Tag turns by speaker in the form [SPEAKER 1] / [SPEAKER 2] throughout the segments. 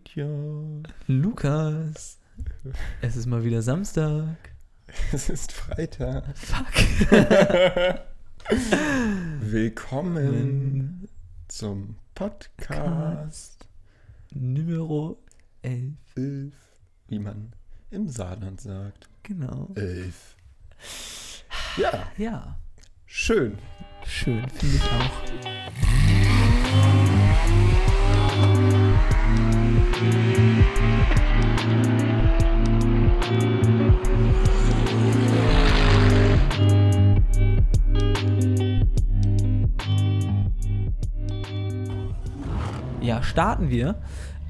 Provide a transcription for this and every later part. [SPEAKER 1] Friedja.
[SPEAKER 2] Lukas, es ist mal wieder Samstag.
[SPEAKER 1] Es ist Freitag.
[SPEAKER 2] Fuck.
[SPEAKER 1] Willkommen zum Podcast
[SPEAKER 2] Numero 11.
[SPEAKER 1] 11, wie man im Saarland sagt.
[SPEAKER 2] Genau.
[SPEAKER 1] Äh. 11. Ja,
[SPEAKER 2] Ja,
[SPEAKER 1] schön.
[SPEAKER 2] schön, finde ich auch. Ja, starten wir.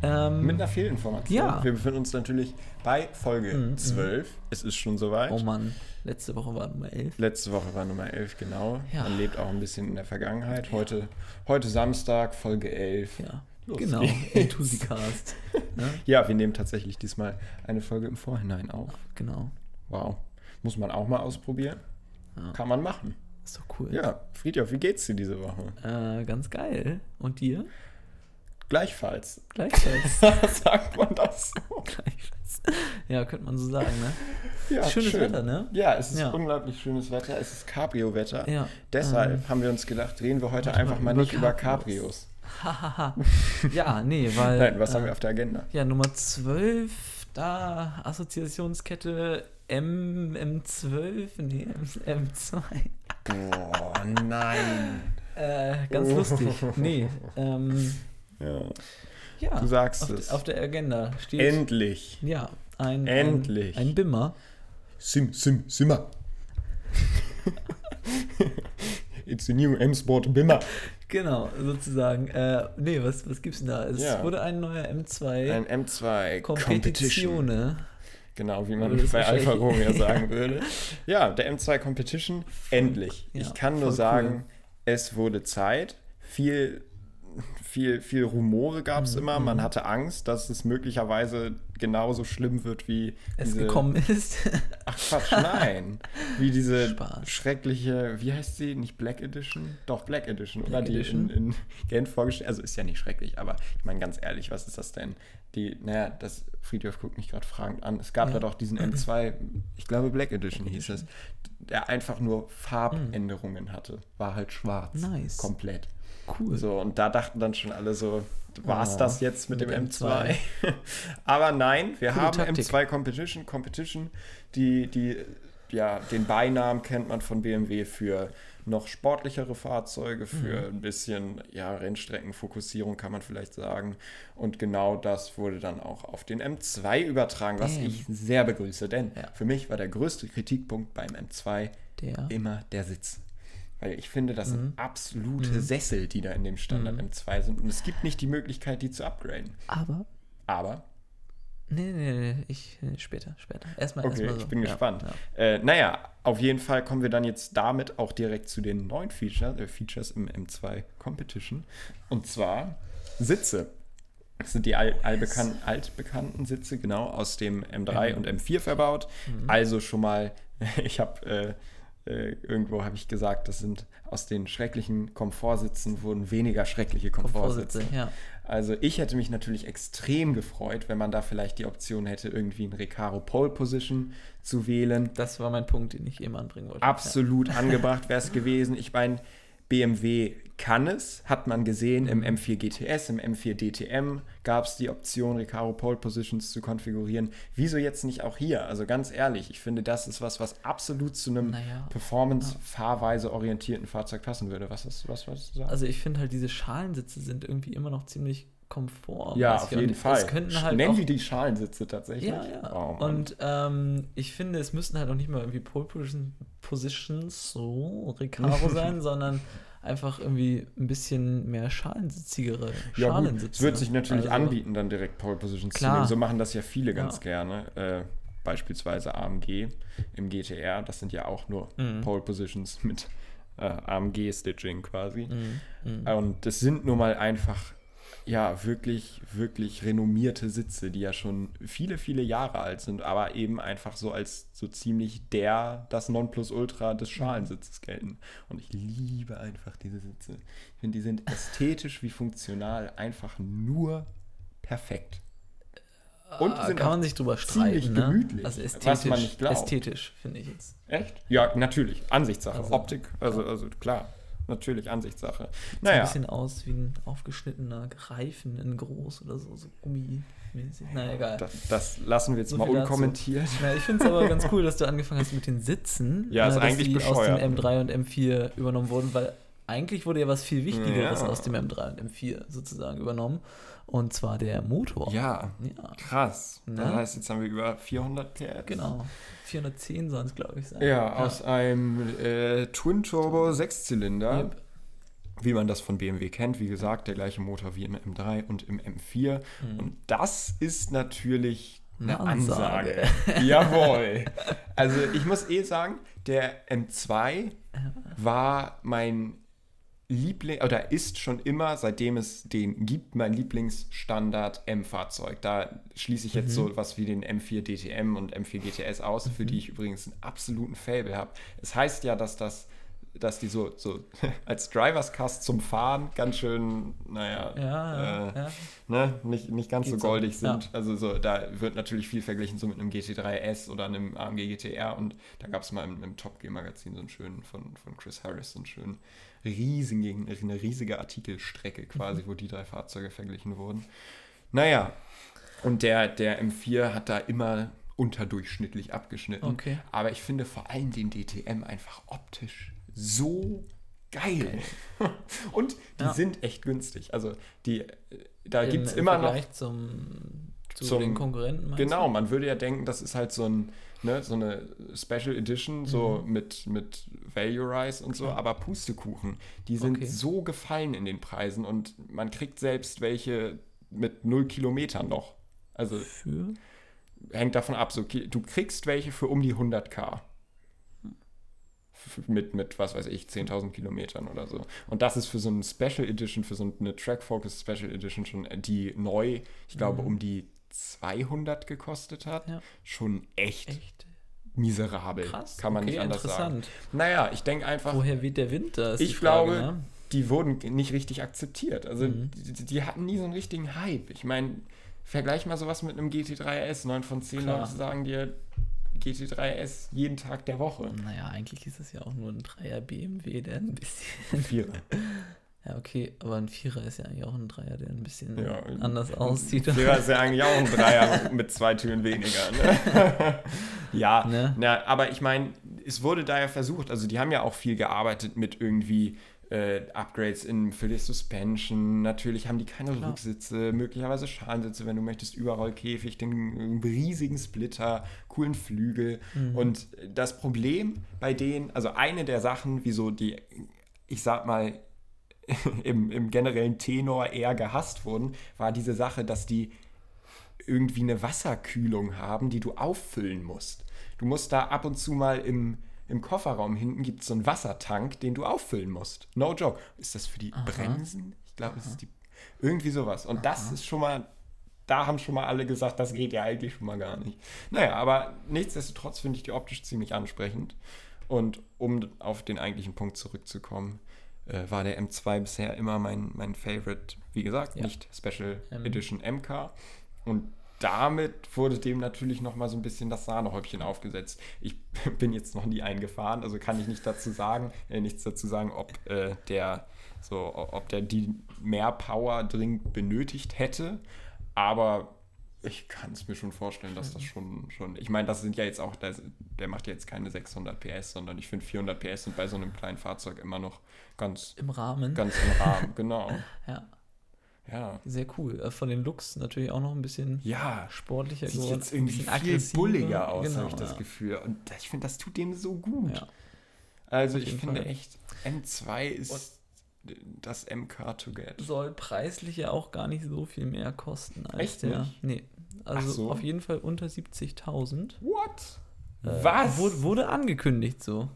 [SPEAKER 2] Ähm,
[SPEAKER 1] Mit einer Fehlinformation.
[SPEAKER 2] Ja. Mhm.
[SPEAKER 1] Wir befinden uns natürlich bei Folge 12. Es ist schon soweit.
[SPEAKER 2] oh Mann, letzte Woche war Nummer 11.
[SPEAKER 1] Letzte Woche war Nummer 11, genau.
[SPEAKER 2] Ja.
[SPEAKER 1] Man lebt auch ein bisschen in der Vergangenheit. Heute, heute Samstag, Folge 11.
[SPEAKER 2] Ja,
[SPEAKER 1] Los
[SPEAKER 2] genau.
[SPEAKER 1] geht's.
[SPEAKER 2] Enthusiast. ne?
[SPEAKER 1] Ja, wir nehmen tatsächlich diesmal eine Folge im Vorhinein auf.
[SPEAKER 2] Genau.
[SPEAKER 1] Wow. Muss man auch mal ausprobieren.
[SPEAKER 2] Ja.
[SPEAKER 1] Kann man machen.
[SPEAKER 2] Ist doch cool.
[SPEAKER 1] Ja, Friedhof, wie geht's dir diese Woche?
[SPEAKER 2] Äh, ganz geil. Und dir?
[SPEAKER 1] Gleichfalls.
[SPEAKER 2] Gleichfalls.
[SPEAKER 1] Sagt man das so?
[SPEAKER 2] Gleichfalls. Ja, könnte man so sagen, ne?
[SPEAKER 1] Ja,
[SPEAKER 2] Schönes Wetter, ne?
[SPEAKER 1] Ja, es ist
[SPEAKER 2] Ja.
[SPEAKER 1] unglaublich schönes Wetter. Es ist Cabrio-Wetter.
[SPEAKER 2] Ja,
[SPEAKER 1] Deshalb haben wir uns gedacht, reden wir heute
[SPEAKER 2] warte
[SPEAKER 1] einfach mal
[SPEAKER 2] mal, über
[SPEAKER 1] nicht über Cabrios.
[SPEAKER 2] Cabrios. Hahaha. ja, nee, weil.
[SPEAKER 1] Nein, was
[SPEAKER 2] äh,
[SPEAKER 1] haben wir auf der Agenda?
[SPEAKER 2] Ja, Nummer 12, da Assoziationskette M, M12, nee, M, M2.
[SPEAKER 1] Boah, nein.
[SPEAKER 2] Äh, ganz
[SPEAKER 1] Oh.
[SPEAKER 2] lustig. Nee, ähm,
[SPEAKER 1] Ja.
[SPEAKER 2] ja.
[SPEAKER 1] Du sagst
[SPEAKER 2] auf,
[SPEAKER 1] es.
[SPEAKER 2] Auf der Agenda steht.
[SPEAKER 1] Endlich.
[SPEAKER 2] ja, ein.
[SPEAKER 1] Endlich.
[SPEAKER 2] Ein, ein Bimmer.
[SPEAKER 1] Sim, sim, simmer. It's the new M-Sport Bimmer.
[SPEAKER 2] Genau, sozusagen. Äh, nee, was, was gibt's denn da? Es
[SPEAKER 1] Ja.
[SPEAKER 2] wurde ein neuer M2
[SPEAKER 1] Ein M2 Competition.
[SPEAKER 2] Competizione.
[SPEAKER 1] Genau, wie
[SPEAKER 2] Würde
[SPEAKER 1] man
[SPEAKER 2] das
[SPEAKER 1] bei
[SPEAKER 2] wahrscheinlich-
[SPEAKER 1] Alfa Romeo
[SPEAKER 2] Ja.
[SPEAKER 1] sagen würde. Ja, der M2 Competition, endlich.
[SPEAKER 2] ja,
[SPEAKER 1] ich kann nur
[SPEAKER 2] voll
[SPEAKER 1] sagen, es wurde Zeit. Viel, viel, viel Rumore gab
[SPEAKER 2] Mhm,
[SPEAKER 1] es immer. Man hatte Angst, dass es möglicherweise genauso schlimm wird wie
[SPEAKER 2] Es
[SPEAKER 1] diese-
[SPEAKER 2] gekommen ist.
[SPEAKER 1] Ach Quatsch, nein. wie diese
[SPEAKER 2] Spaß.
[SPEAKER 1] schreckliche, wie heißt sie? Nicht Black Edition? Doch, Black Edition, oder? Die
[SPEAKER 2] Edition.
[SPEAKER 1] in, in Genf vorgestellt. Also ist ja nicht schrecklich, aber ich meine ganz ehrlich, was ist das denn? Die, naja, das Friedhof guckt mich gerade fragend an. Es gab
[SPEAKER 2] Ja.
[SPEAKER 1] ja doch diesen M2, ich glaube Black Edition hieß es, der einfach nur Farbänderungen hatte. War halt schwarz.
[SPEAKER 2] Mhm. Nice.
[SPEAKER 1] Komplett.
[SPEAKER 2] Cool.
[SPEAKER 1] So, und da dachten dann schon alle so, war es
[SPEAKER 2] Oh,
[SPEAKER 1] das jetzt mit,
[SPEAKER 2] mit
[SPEAKER 1] dem
[SPEAKER 2] M2?
[SPEAKER 1] M2? Aber nein, wir
[SPEAKER 2] Coole
[SPEAKER 1] haben
[SPEAKER 2] Taktik.
[SPEAKER 1] M2 Competition, Competition, die, die, ja, den Beinamen kennt man von BMW für noch sportlichere Fahrzeuge, für
[SPEAKER 2] Mhm.
[SPEAKER 1] ein bisschen, ja, Rennstreckenfokussierung kann man vielleicht sagen. Und genau das wurde dann auch auf den M2 übertragen, was
[SPEAKER 2] Damn.
[SPEAKER 1] ich sehr begrüße, denn
[SPEAKER 2] Ja.
[SPEAKER 1] für mich war der größte Kritikpunkt beim M2
[SPEAKER 2] Der.
[SPEAKER 1] immer der Sitz. Weil ich finde, das
[SPEAKER 2] Mhm.
[SPEAKER 1] sind absolute Sessel, die da in dem Standard M2 sind. Und es gibt nicht die Möglichkeit, die zu upgraden.
[SPEAKER 2] Aber.
[SPEAKER 1] Aber,
[SPEAKER 2] Nee, nee, nee, ich. Nee, später, später. Erstmal,
[SPEAKER 1] okay,
[SPEAKER 2] erstmal so.
[SPEAKER 1] ich bin
[SPEAKER 2] ja,
[SPEAKER 1] gespannt.
[SPEAKER 2] Ja.
[SPEAKER 1] Äh, naja, auf jeden Fall kommen wir dann jetzt damit auch direkt zu den neuen Features, äh, Features im M2 Competition. Und zwar Sitze. Das sind die all, allbekan altbekannten Sitze, genau, aus dem M3
[SPEAKER 2] Mhm.
[SPEAKER 1] und M4 verbaut. Also schon mal, ich habe äh, äh, irgendwo habe ich gesagt, das sind aus den schrecklichen Komfortsitzen wurden weniger schreckliche Komfortsitze.
[SPEAKER 2] Komfortsitze, ja.
[SPEAKER 1] Also ich hätte mich natürlich extrem gefreut, wenn man da vielleicht die Option hätte, irgendwie ein Recaro Pole Position zu wählen.
[SPEAKER 2] Das war mein Punkt, den ich eben anbringen wollte.
[SPEAKER 1] Absolut angebracht wäre es gewesen. Ich meine, BMW kann es, hat man gesehen im M4 GTS, im M4 DTM gab es die Option, Recaro Pole Positions zu konfigurieren. Wieso jetzt nicht auch hier? Also ganz ehrlich, ich finde, das ist was, was absolut zu einem
[SPEAKER 2] Naja.
[SPEAKER 1] Performance-fahrweise orientierten Fahrzeug passen würde. Was ist, was wolltest du
[SPEAKER 2] Ja.
[SPEAKER 1] sagen?
[SPEAKER 2] Also, ich finde halt, diese Schalensitze sind irgendwie immer noch ziemlich komfort.
[SPEAKER 1] ja, auf jeden Fall.
[SPEAKER 2] Es könnten halt
[SPEAKER 1] Nennen
[SPEAKER 2] auch
[SPEAKER 1] die die Schalensitze tatsächlich?
[SPEAKER 2] Ja, ja.
[SPEAKER 1] Oh, Mann.
[SPEAKER 2] und ähm, ich finde, es müssten halt auch nicht mal irgendwie Pole Position, Positions so Recaro sein, sondern einfach irgendwie ein bisschen mehr schalensitzigere
[SPEAKER 1] Ja, gut,
[SPEAKER 2] Schalensitze.
[SPEAKER 1] es wird sich natürlich
[SPEAKER 2] Also,
[SPEAKER 1] anbieten, dann direkt Pole Positions
[SPEAKER 2] Klar.
[SPEAKER 1] zu nehmen. So machen das ja viele ganz
[SPEAKER 2] Ja.
[SPEAKER 1] gerne. Äh, beispielsweise AMG im GTR. Das sind ja auch nur Pole Positions mit äh, AMG-Stitching quasi. Und das sind nun mal einfach, ja, wirklich, wirklich renommierte Sitze, die ja schon viele, viele Jahre alt sind, aber eben einfach so als so ziemlich der, das Nonplusultra des Schalensitzes gelten. Und ich liebe einfach diese Sitze. Ich finde, die sind ästhetisch wie funktional einfach nur perfekt. Und die
[SPEAKER 2] Ah,
[SPEAKER 1] sind
[SPEAKER 2] kann
[SPEAKER 1] auch
[SPEAKER 2] man sich drüber
[SPEAKER 1] ziemlich
[SPEAKER 2] streiten. Ne?
[SPEAKER 1] gemütlich,
[SPEAKER 2] Also
[SPEAKER 1] was
[SPEAKER 2] ästhetisch,
[SPEAKER 1] man nicht glaubt.
[SPEAKER 2] ästhetisch finde ich jetzt.
[SPEAKER 1] Echt? Ja, natürlich. Ansichtssache.
[SPEAKER 2] Also,
[SPEAKER 1] Optik, also, also klar. Natürlich Ansichtssache.
[SPEAKER 2] Sieht ein
[SPEAKER 1] Naja,
[SPEAKER 2] bisschen aus wie ein aufgeschnittener Reifen in groß oder so, so gummimäßig. Na egal.
[SPEAKER 1] das, das lassen wir jetzt
[SPEAKER 2] So
[SPEAKER 1] mal
[SPEAKER 2] viel dazu.
[SPEAKER 1] unkommentiert.
[SPEAKER 2] Na, ich finde es aber ganz cool, dass du angefangen hast mit den Sitzen.
[SPEAKER 1] Ja,
[SPEAKER 2] äh,
[SPEAKER 1] ist
[SPEAKER 2] dass
[SPEAKER 1] eigentlich
[SPEAKER 2] die
[SPEAKER 1] bescheuert.
[SPEAKER 2] aus dem M3 und M4 übernommen wurden, weil eigentlich wurde ja was viel Wichtigeres
[SPEAKER 1] Ja.
[SPEAKER 2] aus dem M3 und M4 sozusagen übernommen. Und zwar der Motor.
[SPEAKER 1] Ja,
[SPEAKER 2] Ja,
[SPEAKER 1] krass. Das
[SPEAKER 2] Ne?
[SPEAKER 1] heißt, jetzt haben wir über 400 PS.
[SPEAKER 2] genau. 410 sollen es, glaube ich, sein.
[SPEAKER 1] Ja, aus einem äh, Twin-Turbo Sechszylinder,
[SPEAKER 2] Yep.
[SPEAKER 1] wie man das von BMW kennt. Wie gesagt, der gleiche Motor wie im M3 und im M4. Und das ist natürlich Mhm. eine
[SPEAKER 2] Eine Ansage.
[SPEAKER 1] Ansage. Jawohl. Also ich muss eh sagen, der M2 war mein Liebling oder ist schon immer, seitdem es den gibt, mein Lieblingsstandard M-Fahrzeug. Da schließe ich jetzt so was wie den M4 DTM und M4 GTS aus, für die ich übrigens einen absoluten Fable habe. Es heißt ja, dass das dass die so, so als Drivers Cast zum Fahren ganz schön, naja,
[SPEAKER 2] Ja,
[SPEAKER 1] äh,
[SPEAKER 2] ja.
[SPEAKER 1] ne, nicht, nicht ganz
[SPEAKER 2] Geht
[SPEAKER 1] so goldig
[SPEAKER 2] so,
[SPEAKER 1] sind.
[SPEAKER 2] ja.
[SPEAKER 1] Also so, da wird natürlich viel verglichen so mit einem GT3S oder einem AMG GTR und da gab es mal im, im Top Gear Magazin so einen schönen von, von Chris Harris, so einen schönen riesigen, eine riesige Artikelstrecke quasi,
[SPEAKER 2] Mhm.
[SPEAKER 1] wo die drei Fahrzeuge verglichen wurden. Naja, und der, der M4 hat da immer unterdurchschnittlich abgeschnitten.
[SPEAKER 2] Okay.
[SPEAKER 1] Aber ich finde vor allem den DTM einfach optisch so geil. Und die
[SPEAKER 2] Ja.
[SPEAKER 1] sind echt günstig. Also die, äh, da
[SPEAKER 2] Im-
[SPEAKER 1] gibt es
[SPEAKER 2] im
[SPEAKER 1] immer noch.
[SPEAKER 2] Vergleich zum, zu
[SPEAKER 1] Zum-
[SPEAKER 2] den Konkurrenten, meinst
[SPEAKER 1] Genau, man würde ja denken, das ist halt so, ein, ne, so eine Special Edition, so
[SPEAKER 2] Mhm.
[SPEAKER 1] mit, mit Value Rise und so, aber Pustekuchen, die sind
[SPEAKER 2] Okay.
[SPEAKER 1] so gefallen in den Preisen und man kriegt selbst welche mit null Kilometern noch. Also
[SPEAKER 2] du? Für?
[SPEAKER 1] hängt davon ab, so, ki- du kriegst welche für um die 100k. F- Mit, mit, was weiß ich, 10.000 Kilometern oder so. Und das ist für so eine Special Edition, für so eine Track Focus Special Edition schon, äh, die neu, ich glaube, um die 200 gekostet hat,
[SPEAKER 2] Mhm. Ja.
[SPEAKER 1] schon echt,
[SPEAKER 2] Echt?
[SPEAKER 1] miserabel.
[SPEAKER 2] Krass.
[SPEAKER 1] Kann man
[SPEAKER 2] okay,
[SPEAKER 1] nicht anders sagen.
[SPEAKER 2] interessant.
[SPEAKER 1] Naja, ich denke einfach,
[SPEAKER 2] Woher weht der Winter? Ist die
[SPEAKER 1] ich
[SPEAKER 2] Frage,
[SPEAKER 1] glaube,
[SPEAKER 2] ne? Mhm.
[SPEAKER 1] die wurden nicht richtig akzeptiert. Also die, die- die hatten nie so einen richtigen Hype. Ich meine, vergleich mal sowas mit einem GT3S. 9 von 10
[SPEAKER 2] Klar.
[SPEAKER 1] Leute sagen dir GT3S jeden Tag der Woche.
[SPEAKER 2] Naja, eigentlich ist es ja auch nur ein 3er BMW, der ein bisschen.
[SPEAKER 1] Vierer.
[SPEAKER 2] Ja, okay, aber ein Vierer ist ja eigentlich auch ein Dreier, der ein bisschen
[SPEAKER 1] Ja,
[SPEAKER 2] anders aussieht.
[SPEAKER 1] Vierer ist ja eigentlich auch ein Dreier mit zwei Türen weniger. Ne? ja,
[SPEAKER 2] Ne?
[SPEAKER 1] Na, aber ich meine, es wurde da ja versucht, also die haben ja auch viel gearbeitet mit irgendwie äh, Upgrades in, für die Suspension. Natürlich haben die keine
[SPEAKER 2] Klar.
[SPEAKER 1] Rücksitze, möglicherweise Schalensitze, wenn du möchtest, Überrollkäfig, den riesigen Splitter, coolen Flügel. Und das Problem bei denen, also eine der Sachen, wieso die, ich sag mal, im, im generellen Tenor eher gehasst wurden, war diese Sache, dass die irgendwie eine Wasserkühlung haben, die du auffüllen musst. Du musst da ab und zu mal im, im Kofferraum hinten gibt es so einen Wassertank, den du auffüllen musst. No joke. Ist das für die Bremsen? Ich glaube, es ist die. Irgendwie sowas. Und das ist schon mal. Da haben schon mal alle gesagt, das geht ja eigentlich schon mal gar nicht. Naja, aber nichtsdestotrotz finde ich die optisch ziemlich ansprechend. Und um auf den eigentlichen Punkt zurückzukommen, äh, war der M2 bisher immer mein, mein Favorite. Wie gesagt,
[SPEAKER 2] Ja.
[SPEAKER 1] nicht Special
[SPEAKER 2] Ähm.
[SPEAKER 1] Edition MK. Und damit wurde dem natürlich noch mal so ein bisschen das Sahnehäubchen aufgesetzt. Ich bin jetzt noch nie eingefahren, also kann ich nicht dazu sagen, äh, nichts dazu sagen, ob äh, der so, ob der die mehr Power dringend benötigt hätte. Aber ich kann es mir schon vorstellen, dass das schon, schon ich meine, das sind ja jetzt auch, das, der macht ja jetzt keine 600 PS, sondern ich finde 400 PS sind bei so einem kleinen Fahrzeug immer noch ganz,
[SPEAKER 2] Im Rahmen.
[SPEAKER 1] ganz im Rahmen, genau.
[SPEAKER 2] Ja,
[SPEAKER 1] Ja.
[SPEAKER 2] sehr cool. Äh, Von den Looks natürlich auch noch ein bisschen
[SPEAKER 1] Ja,
[SPEAKER 2] sportlicher
[SPEAKER 1] sieht
[SPEAKER 2] geworden.
[SPEAKER 1] jetzt irgendwie
[SPEAKER 2] bisschen
[SPEAKER 1] viel
[SPEAKER 2] aggressiver.
[SPEAKER 1] bulliger aus,
[SPEAKER 2] Genau,
[SPEAKER 1] habe ich das
[SPEAKER 2] ja.
[SPEAKER 1] Gefühl. Und das- ich finde, das tut dem so gut.
[SPEAKER 2] Ja.
[SPEAKER 1] also
[SPEAKER 2] auf
[SPEAKER 1] ich
[SPEAKER 2] jeden
[SPEAKER 1] finde
[SPEAKER 2] Fall.
[SPEAKER 1] echt, M2 ist das MK to get.
[SPEAKER 2] Soll preislich ja auch gar nicht so viel mehr kosten als
[SPEAKER 1] Echt
[SPEAKER 2] der.
[SPEAKER 1] nicht?
[SPEAKER 2] Nee. Also
[SPEAKER 1] Ach so.
[SPEAKER 2] auf jeden Fall unter 70.000.
[SPEAKER 1] What?
[SPEAKER 2] Äh,
[SPEAKER 1] Was?
[SPEAKER 2] Wurde, wurde angekündigt so.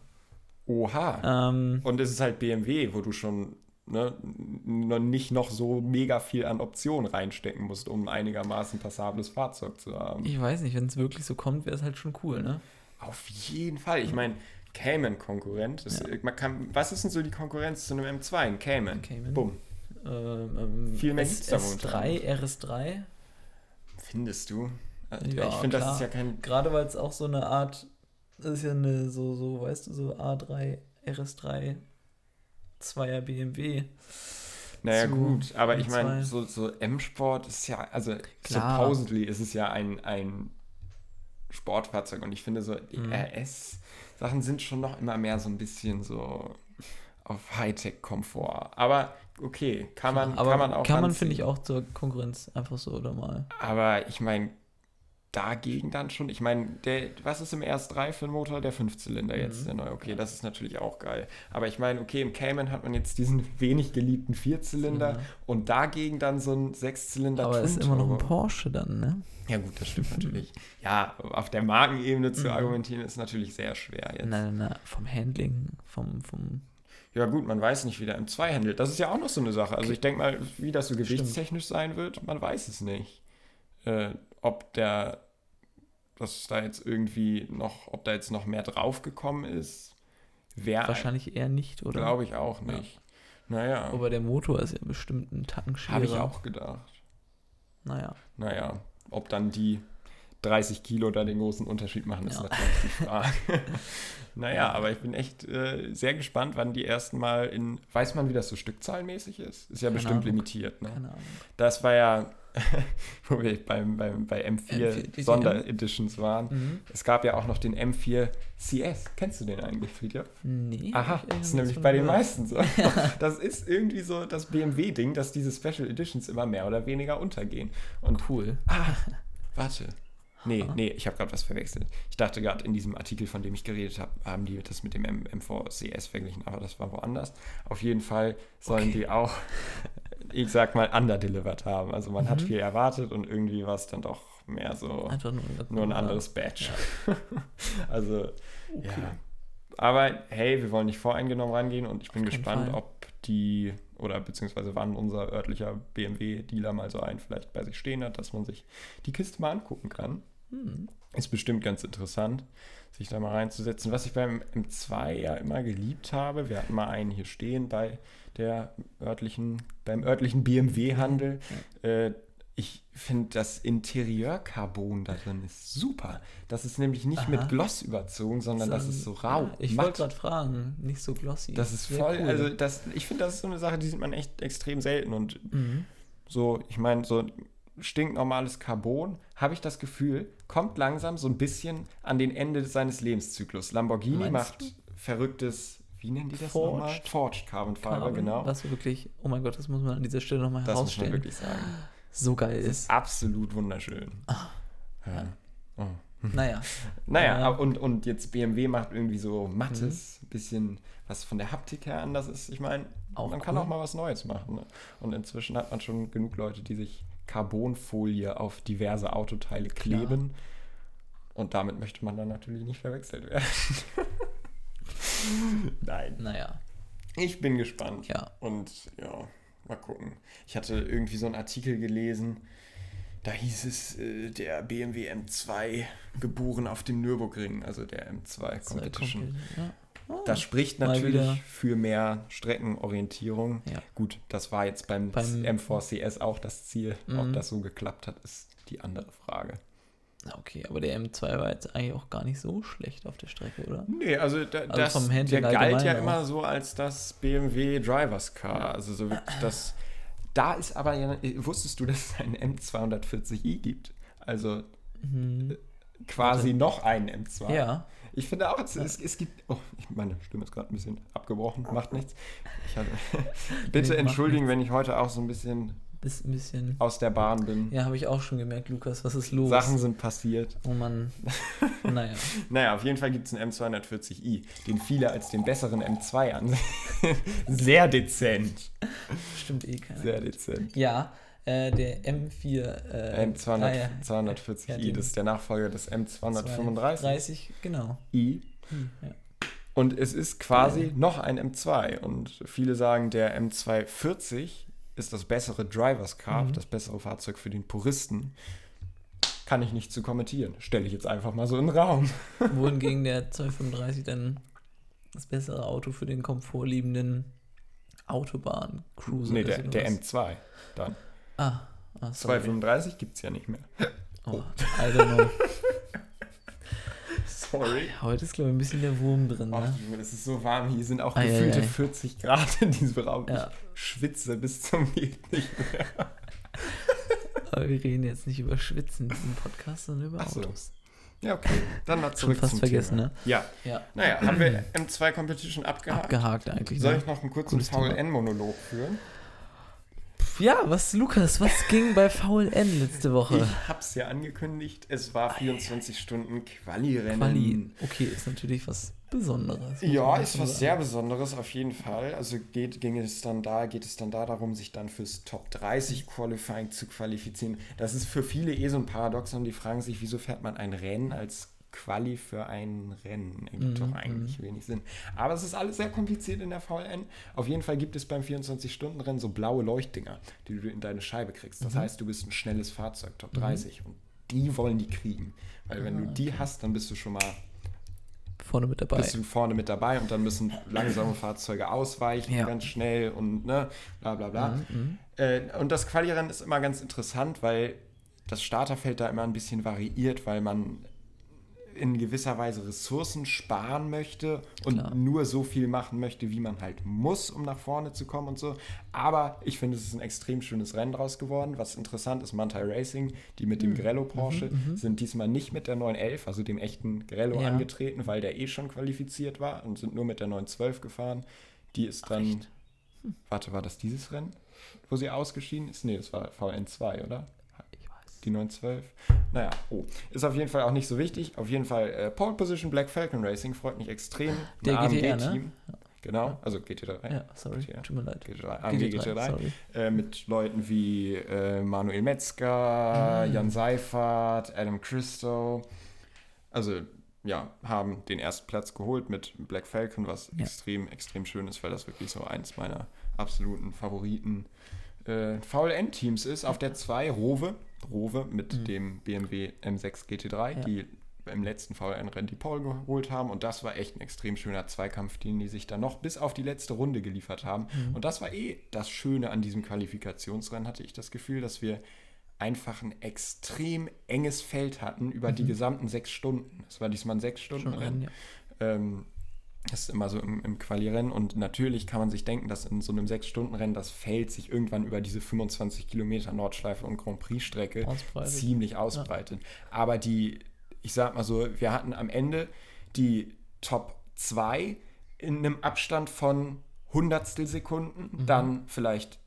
[SPEAKER 1] Oha.
[SPEAKER 2] Ähm,
[SPEAKER 1] Und es ist halt BMW, wo du schon ne, n- noch nicht noch so mega viel an Optionen reinstecken musst, um ein einigermaßen passables Fahrzeug zu haben.
[SPEAKER 2] ich weiß nicht, wenn es wirklich so kommt, wäre es halt schon cool, ne?
[SPEAKER 1] Auf jeden Fall. Ich meine, Cayman-Konkurrent. das- man kann- Was ist denn so die Konkurrenz zu einem M2? Ein Cayman.
[SPEAKER 2] Cayman.
[SPEAKER 1] Bumm.
[SPEAKER 2] Ähm, ähm,
[SPEAKER 1] Viel mehr gibt's da
[SPEAKER 2] S3, RS3.
[SPEAKER 1] Findest du? Also,
[SPEAKER 2] Ja,
[SPEAKER 1] ich finde, das
[SPEAKER 2] klar.
[SPEAKER 1] ist ja kein.
[SPEAKER 2] Gerade weil es auch so eine Art, das ist ja eine so, so, weißt du, so A3, RS3, 2er BMW.
[SPEAKER 1] Naja,
[SPEAKER 2] zu
[SPEAKER 1] gut, aber ich
[SPEAKER 2] M2.
[SPEAKER 1] meine, so, so M-Sport ist ja, also
[SPEAKER 2] Klar.
[SPEAKER 1] supposedly ist es ja ein, ein Sportfahrzeug und ich finde so, die
[SPEAKER 2] Mhm.
[SPEAKER 1] RS-Sachen sind schon noch immer mehr so ein bisschen so auf Hightech-Komfort. Aber okay, kann man,
[SPEAKER 2] aber
[SPEAKER 1] kann man auch.
[SPEAKER 2] kann man,
[SPEAKER 1] anziehen.
[SPEAKER 2] finde ich, auch zur Konkurrenz einfach so oder mal.
[SPEAKER 1] Aber ich meine, dagegen dann schon, ich meine, der, was ist im RS3 für ein Motor? Der Fünfzylinder
[SPEAKER 2] Mhm.
[SPEAKER 1] jetzt, der neue. Okay, das ist natürlich auch geil. Aber ich meine, okay, im Cayman hat man jetzt diesen wenig geliebten Vierzylinder
[SPEAKER 2] Ja.
[SPEAKER 1] und dagegen dann so ein Sechszylinder
[SPEAKER 2] Mhm. Aber es ist immer noch ein
[SPEAKER 1] Twin-Turbo.
[SPEAKER 2] Porsche dann, ne?
[SPEAKER 1] Ja, gut, das stimmt natürlich. Ja, auf der Markenebene zu argumentieren ist natürlich sehr schwer jetzt.
[SPEAKER 2] Mhm. Nein, nein, nein, vom Handling, vom, vom
[SPEAKER 1] Ja, gut, man weiß nicht, wie der M2 handelt. Das ist ja auch noch so eine Sache. Also, ich denke mal, wie das so gewichtstechnisch sein wird, man weiß es nicht. Äh, ob der, dass da jetzt irgendwie noch, ob da jetzt noch mehr draufgekommen ist, wäre,
[SPEAKER 2] wahrscheinlich eher nicht, oder?
[SPEAKER 1] glaube ich, auch nicht. Naja,
[SPEAKER 2] Aber der Motor ist ja bestimmt ein Tacken schwerer.
[SPEAKER 1] habe ich auch gedacht.
[SPEAKER 2] Naja.
[SPEAKER 1] Naja, ob dann die 30 Kilo da den großen Unterschied machen, ist
[SPEAKER 2] Ja.
[SPEAKER 1] natürlich die Frage. naja, aber ich bin echt äh, sehr gespannt, wann die ersten Mal in, weiß man, wie das so stückzahlmäßig ist? Ist ja
[SPEAKER 2] Keine
[SPEAKER 1] bestimmt
[SPEAKER 2] Ahnung.
[SPEAKER 1] limitiert, ne?
[SPEAKER 2] Keine Ahnung.
[SPEAKER 1] Das war ja, wo wir beim, beim, bei M4,
[SPEAKER 2] M4 DTM.
[SPEAKER 1] Sondereditions waren.
[SPEAKER 2] Mhm.
[SPEAKER 1] Es gab ja auch noch den M4 CS. Kennst du den eigentlich, Friedja?
[SPEAKER 2] Nee.
[SPEAKER 1] Aha,
[SPEAKER 2] hab
[SPEAKER 1] das
[SPEAKER 2] ich
[SPEAKER 1] ist
[SPEAKER 2] eigentlich
[SPEAKER 1] nämlich
[SPEAKER 2] von
[SPEAKER 1] bei den
[SPEAKER 2] gehört.
[SPEAKER 1] meisten so. Das ist irgendwie so das BMW-Ding, dass diese Special Editions immer mehr oder weniger untergehen. Und
[SPEAKER 2] Cool.
[SPEAKER 1] Ah, warte. Nee, nee, ich habe gerade was verwechselt. Ich dachte gerade, in diesem Artikel, von dem ich geredet habe, haben die das mit dem M M4CS verglichen, aber das war woanders. Auf jeden Fall sollen
[SPEAKER 2] Okay.
[SPEAKER 1] die auch, ich sag mal, underdelivered haben. Also man hat viel erwartet und irgendwie war es dann doch mehr so
[SPEAKER 2] Einfach nur,
[SPEAKER 1] nur ein anderes Badge. also, ja. Aber hey, wir wollen nicht voreingenommen rangehen und ich bin
[SPEAKER 2] keinen
[SPEAKER 1] gespannt,
[SPEAKER 2] Fall.
[SPEAKER 1] ob die oder beziehungsweise wann unser örtlicher BMW-Dealer mal so einen vielleicht bei sich stehen hat, dass man sich die Kiste mal angucken kann.
[SPEAKER 2] Hm.
[SPEAKER 1] Ist bestimmt ganz interessant, sich da mal reinzusetzen. Was ich beim M2 ja immer geliebt habe, wir hatten mal einen hier stehen bei der örtlichen, beim örtlichen BMW-Handel. Äh, ich finde das Interieurcarbon da drin ist super. Das ist nämlich nicht
[SPEAKER 2] Aha.
[SPEAKER 1] mit Gloss überzogen, sondern das ist so rau.
[SPEAKER 2] Ja, ich
[SPEAKER 1] matt.
[SPEAKER 2] wollte gerade fragen, nicht so glossy.
[SPEAKER 1] das ist
[SPEAKER 2] Sehr
[SPEAKER 1] voll,
[SPEAKER 2] cool.
[SPEAKER 1] also das, ich finde, das ist so eine Sache, die sieht man echt extrem selten. Und
[SPEAKER 2] Mhm.
[SPEAKER 1] so, ich meine, so stinknormales Carbon, habe ich das Gefühl, kommt langsam so ein bisschen an den Ende seines Lebenszyklus. Lamborghini
[SPEAKER 2] Meinst
[SPEAKER 1] macht verrücktes, wie nennen die das
[SPEAKER 2] Forged?
[SPEAKER 1] nochmal? Forged Carbon Fiber,
[SPEAKER 2] Carbon,
[SPEAKER 1] genau.
[SPEAKER 2] Was wirklich, oh mein Gott, das muss man an dieser Stelle nochmal
[SPEAKER 1] das muss man
[SPEAKER 2] herausstellen.
[SPEAKER 1] wirklich sagen.
[SPEAKER 2] So geil ist.
[SPEAKER 1] Absolut wunderschön.
[SPEAKER 2] Ah.
[SPEAKER 1] Ja. Oh.
[SPEAKER 2] Naja.
[SPEAKER 1] Naja,
[SPEAKER 2] Ja. Mhm.
[SPEAKER 1] ab- und, und jetzt BMW macht irgendwie so mattes, bisschen was von der Haptik her anders ist. Ich meine,
[SPEAKER 2] Auch
[SPEAKER 1] man kann
[SPEAKER 2] cool.
[SPEAKER 1] auch mal was Neues machen. Ne? Und inzwischen hat man schon genug Leute, die sich Carbonfolie auf diverse Autoteile
[SPEAKER 2] Klar.
[SPEAKER 1] kleben. Und damit möchte man dann natürlich nicht verwechselt werden. Nein.
[SPEAKER 2] Naja.
[SPEAKER 1] Ich bin gespannt.
[SPEAKER 2] Ja.
[SPEAKER 1] Und ja, mal gucken. Ich hatte irgendwie so einen Artikel gelesen, da hieß es, äh, der BMW M2 geboren auf dem Nürburgring, also der M2
[SPEAKER 2] Zwei
[SPEAKER 1] Competition.
[SPEAKER 2] Kumpel, Ja. Oh,
[SPEAKER 1] Das spricht
[SPEAKER 2] Mal wieder.
[SPEAKER 1] natürlich für mehr Streckenorientierung.
[SPEAKER 2] Ja.
[SPEAKER 1] Gut, das war jetzt beim,
[SPEAKER 2] Beim-
[SPEAKER 1] M4CS auch das Ziel. Ob
[SPEAKER 2] Mhm.
[SPEAKER 1] das so geklappt hat, ist die andere Frage.
[SPEAKER 2] Na, okay, aber der M2 war jetzt eigentlich auch gar nicht so schlecht auf der Strecke, oder?
[SPEAKER 1] Nee, also, da,
[SPEAKER 2] Also
[SPEAKER 1] das,
[SPEAKER 2] vom
[SPEAKER 1] der
[SPEAKER 2] Handling
[SPEAKER 1] galt ja
[SPEAKER 2] allgemein
[SPEAKER 1] immer so als das BMW Drivers Car. Also so wirklich das. Da ist aber ja, wusstest du, dass es einen M240i gibt? Also äh,
[SPEAKER 2] Mhm.
[SPEAKER 1] quasi noch einen M2.
[SPEAKER 2] Ja.
[SPEAKER 1] Ich finde auch, es, es, es gibt. Oh, ich, meine Stimme ist gerade ein bisschen abgebrochen, macht nichts. Ich hatte, bitte
[SPEAKER 2] macht
[SPEAKER 1] entschuldigen, wenn ich heute auch so ein bisschen
[SPEAKER 2] Ist ein bisschen.
[SPEAKER 1] aus der Bahn bin.
[SPEAKER 2] Ja, habe ich auch schon gemerkt, Lukas, was ist los?
[SPEAKER 1] Sachen sind passiert.
[SPEAKER 2] Oh Mann. naja.
[SPEAKER 1] Naja, auf jeden Fall gibt es einen M240i, den viele als den besseren M2 ansehen. Sehr dezent.
[SPEAKER 2] Stimmt eh keiner.
[SPEAKER 1] Sehr dezent.
[SPEAKER 2] Ja, äh, der M4. Äh, ah, ja. Ja,
[SPEAKER 1] M240i,
[SPEAKER 2] den
[SPEAKER 1] das ist der Nachfolger des M235i.
[SPEAKER 2] 30, genau. Hm, ja.
[SPEAKER 1] Und es ist quasi noch ein M2. Und viele sagen, der M240 ist das bessere Drivers Car,
[SPEAKER 2] Mhm.
[SPEAKER 1] das bessere Fahrzeug für den Puristen. Kann ich nicht zu kommentieren. Stelle ich jetzt einfach mal so in den Raum.
[SPEAKER 2] Wohingegen der 235 dann das bessere Auto für den komfortliebenden Autobahn-Cruiser
[SPEAKER 1] Nee,
[SPEAKER 2] ist,
[SPEAKER 1] der,
[SPEAKER 2] oder
[SPEAKER 1] der
[SPEAKER 2] was?
[SPEAKER 1] M2. Dann.
[SPEAKER 2] Ah, ah sorry.
[SPEAKER 1] 235 gibt es ja nicht mehr.
[SPEAKER 2] Oh, I don't know.
[SPEAKER 1] Sorry.
[SPEAKER 2] Heute ist, glaube ich, ein bisschen der Wurm drin.
[SPEAKER 1] Ach,
[SPEAKER 2] Ne? Ah,
[SPEAKER 1] Junge, das ist so warm. Hier sind auch
[SPEAKER 2] Ei, ei,
[SPEAKER 1] gefühlte
[SPEAKER 2] ei.
[SPEAKER 1] 40 Grad in diesem Raum.
[SPEAKER 2] Ja.
[SPEAKER 1] Ich schwitze bis zum geht nicht mehr.
[SPEAKER 2] Aber wir reden jetzt nicht über Schwitzen in diesem Podcast, sondern über
[SPEAKER 1] Ach so.
[SPEAKER 2] Autos.
[SPEAKER 1] Ja, okay. Dann mal
[SPEAKER 2] Schon
[SPEAKER 1] zurück
[SPEAKER 2] fast
[SPEAKER 1] zum
[SPEAKER 2] vergessen,
[SPEAKER 1] Thema.
[SPEAKER 2] ne?
[SPEAKER 1] Ja.
[SPEAKER 2] Ja.
[SPEAKER 1] Naja, haben wir M2 Competition abgehakt?
[SPEAKER 2] Abgehakt eigentlich.
[SPEAKER 1] Soll
[SPEAKER 2] Ne?
[SPEAKER 1] ich noch einen kurzen
[SPEAKER 2] Cooles Thema.
[SPEAKER 1] VLN-Monolog führen?
[SPEAKER 2] Ja, was, Lukas, was ging bei VLN letzte Woche?
[SPEAKER 1] Ich hab's ja angekündigt. Es war 24 Stunden Quali-Rennen.
[SPEAKER 2] Ah, Quali. Okay, ist natürlich was Besonderes. muss
[SPEAKER 1] Ja,
[SPEAKER 2] man
[SPEAKER 1] ist
[SPEAKER 2] schon
[SPEAKER 1] was
[SPEAKER 2] sagen.
[SPEAKER 1] sehr Besonderes auf jeden Fall. Also geht, ging es dann da, geht es dann da darum, sich dann fürs Top 30 Qualifying zu qualifizieren. Das ist für viele eh so ein Paradoxon. Die fragen sich, wieso fährt man ein Rennen als Quali für ein Rennen? Ergibt doch eigentlich wenig Sinn. Aber es ist alles sehr kompliziert in der VLN. Auf jeden Fall gibt es beim 24-Stunden-Rennen so blaue Leuchtdinger, die du in deine Scheibe kriegst. Das heißt, du bist ein schnelles Fahrzeug, Top 30. Und die wollen die kriegen. Weil wenn du die hast, dann bist du schon mal
[SPEAKER 2] Vorne mit dabei.
[SPEAKER 1] bist du vorne mit dabei und dann müssen langsame Fahrzeuge ausweichen,
[SPEAKER 2] Ja. Mhm,
[SPEAKER 1] ganz schnell und ne, bla bla bla. Äh, und das Quali-Rennen ist immer ganz interessant, weil das Starterfeld da immer ein bisschen variiert, weil man in gewisser Weise Ressourcen sparen möchte und
[SPEAKER 2] Klar.
[SPEAKER 1] nur so viel machen möchte, wie man halt muss, um nach vorne zu kommen und so. Aber ich finde, es ist ein extrem schönes Rennen draus geworden. Was interessant ist, Mantai Racing, die mit dem
[SPEAKER 2] Mhm.
[SPEAKER 1] Grello Porsche, sind diesmal nicht mit der 911, also dem echten Grello,
[SPEAKER 2] Ja.
[SPEAKER 1] angetreten, weil der eh schon qualifiziert war und sind nur mit der 912 gefahren. Die ist dann.
[SPEAKER 2] Hm.
[SPEAKER 1] Warte, war das dieses Rennen, wo sie ausgeschieden ist? Nee, das war VN2, oder?
[SPEAKER 2] Ich weiß.
[SPEAKER 1] Die 912. Naja, oh. Ist auf jeden Fall auch nicht so wichtig. Auf jeden Fall äh, Pole Position Black Falcon Racing freut mich extrem.
[SPEAKER 2] Der
[SPEAKER 1] Ein
[SPEAKER 2] GTR, ne?
[SPEAKER 1] AMG-Team. Genau, also GT3.
[SPEAKER 2] Ja, sorry,
[SPEAKER 1] GTR.
[SPEAKER 2] tut mir leid.
[SPEAKER 1] GT3, AMG
[SPEAKER 2] GT3,
[SPEAKER 1] GT3.
[SPEAKER 2] sorry.
[SPEAKER 1] Äh, mit Leuten wie äh, Manuel Metzger,
[SPEAKER 2] Mm.
[SPEAKER 1] Jan Seifert, Adam Christo. Also, ja, haben den ersten Platz geholt mit Black Falcon, was
[SPEAKER 2] Ja.
[SPEAKER 1] extrem, extrem schön ist, weil das wirklich so eins meiner absoluten Favoriten äh, VLN-Teams ist. Auf der 2 Rowe, Rowe mit dem BMW M6 GT3,
[SPEAKER 2] Mhm. Ja.
[SPEAKER 1] die im letzten VLN-Rennen die Pole geholt haben. Und das war echt ein extrem schöner Zweikampf, den die sich dann noch bis auf die letzte Runde geliefert haben.
[SPEAKER 2] Mhm.
[SPEAKER 1] Und das war eh das Schöne an diesem Qualifikationsrennen, hatte ich das Gefühl, dass wir einfach ein extrem enges Feld hatten über die gesamten sechs Stunden. Es war diesmal ein
[SPEAKER 2] Mhm. Schon
[SPEAKER 1] Sechs-Stunden-Rennen.
[SPEAKER 2] rein, ja.
[SPEAKER 1] Ähm, das ist immer so im, im Quali-Rennen und natürlich kann man sich denken, dass in so einem Sechs-Stunden-Rennen das Feld sich irgendwann über diese 25 Kilometer Nordschleife und Grand Prix-Strecke
[SPEAKER 2] Ausbreitet.
[SPEAKER 1] ziemlich ausbreitet. Aber die, ich sag mal so, wir hatten am Ende die Top 2 in einem Abstand von Hundertstel Sekunden, dann vielleicht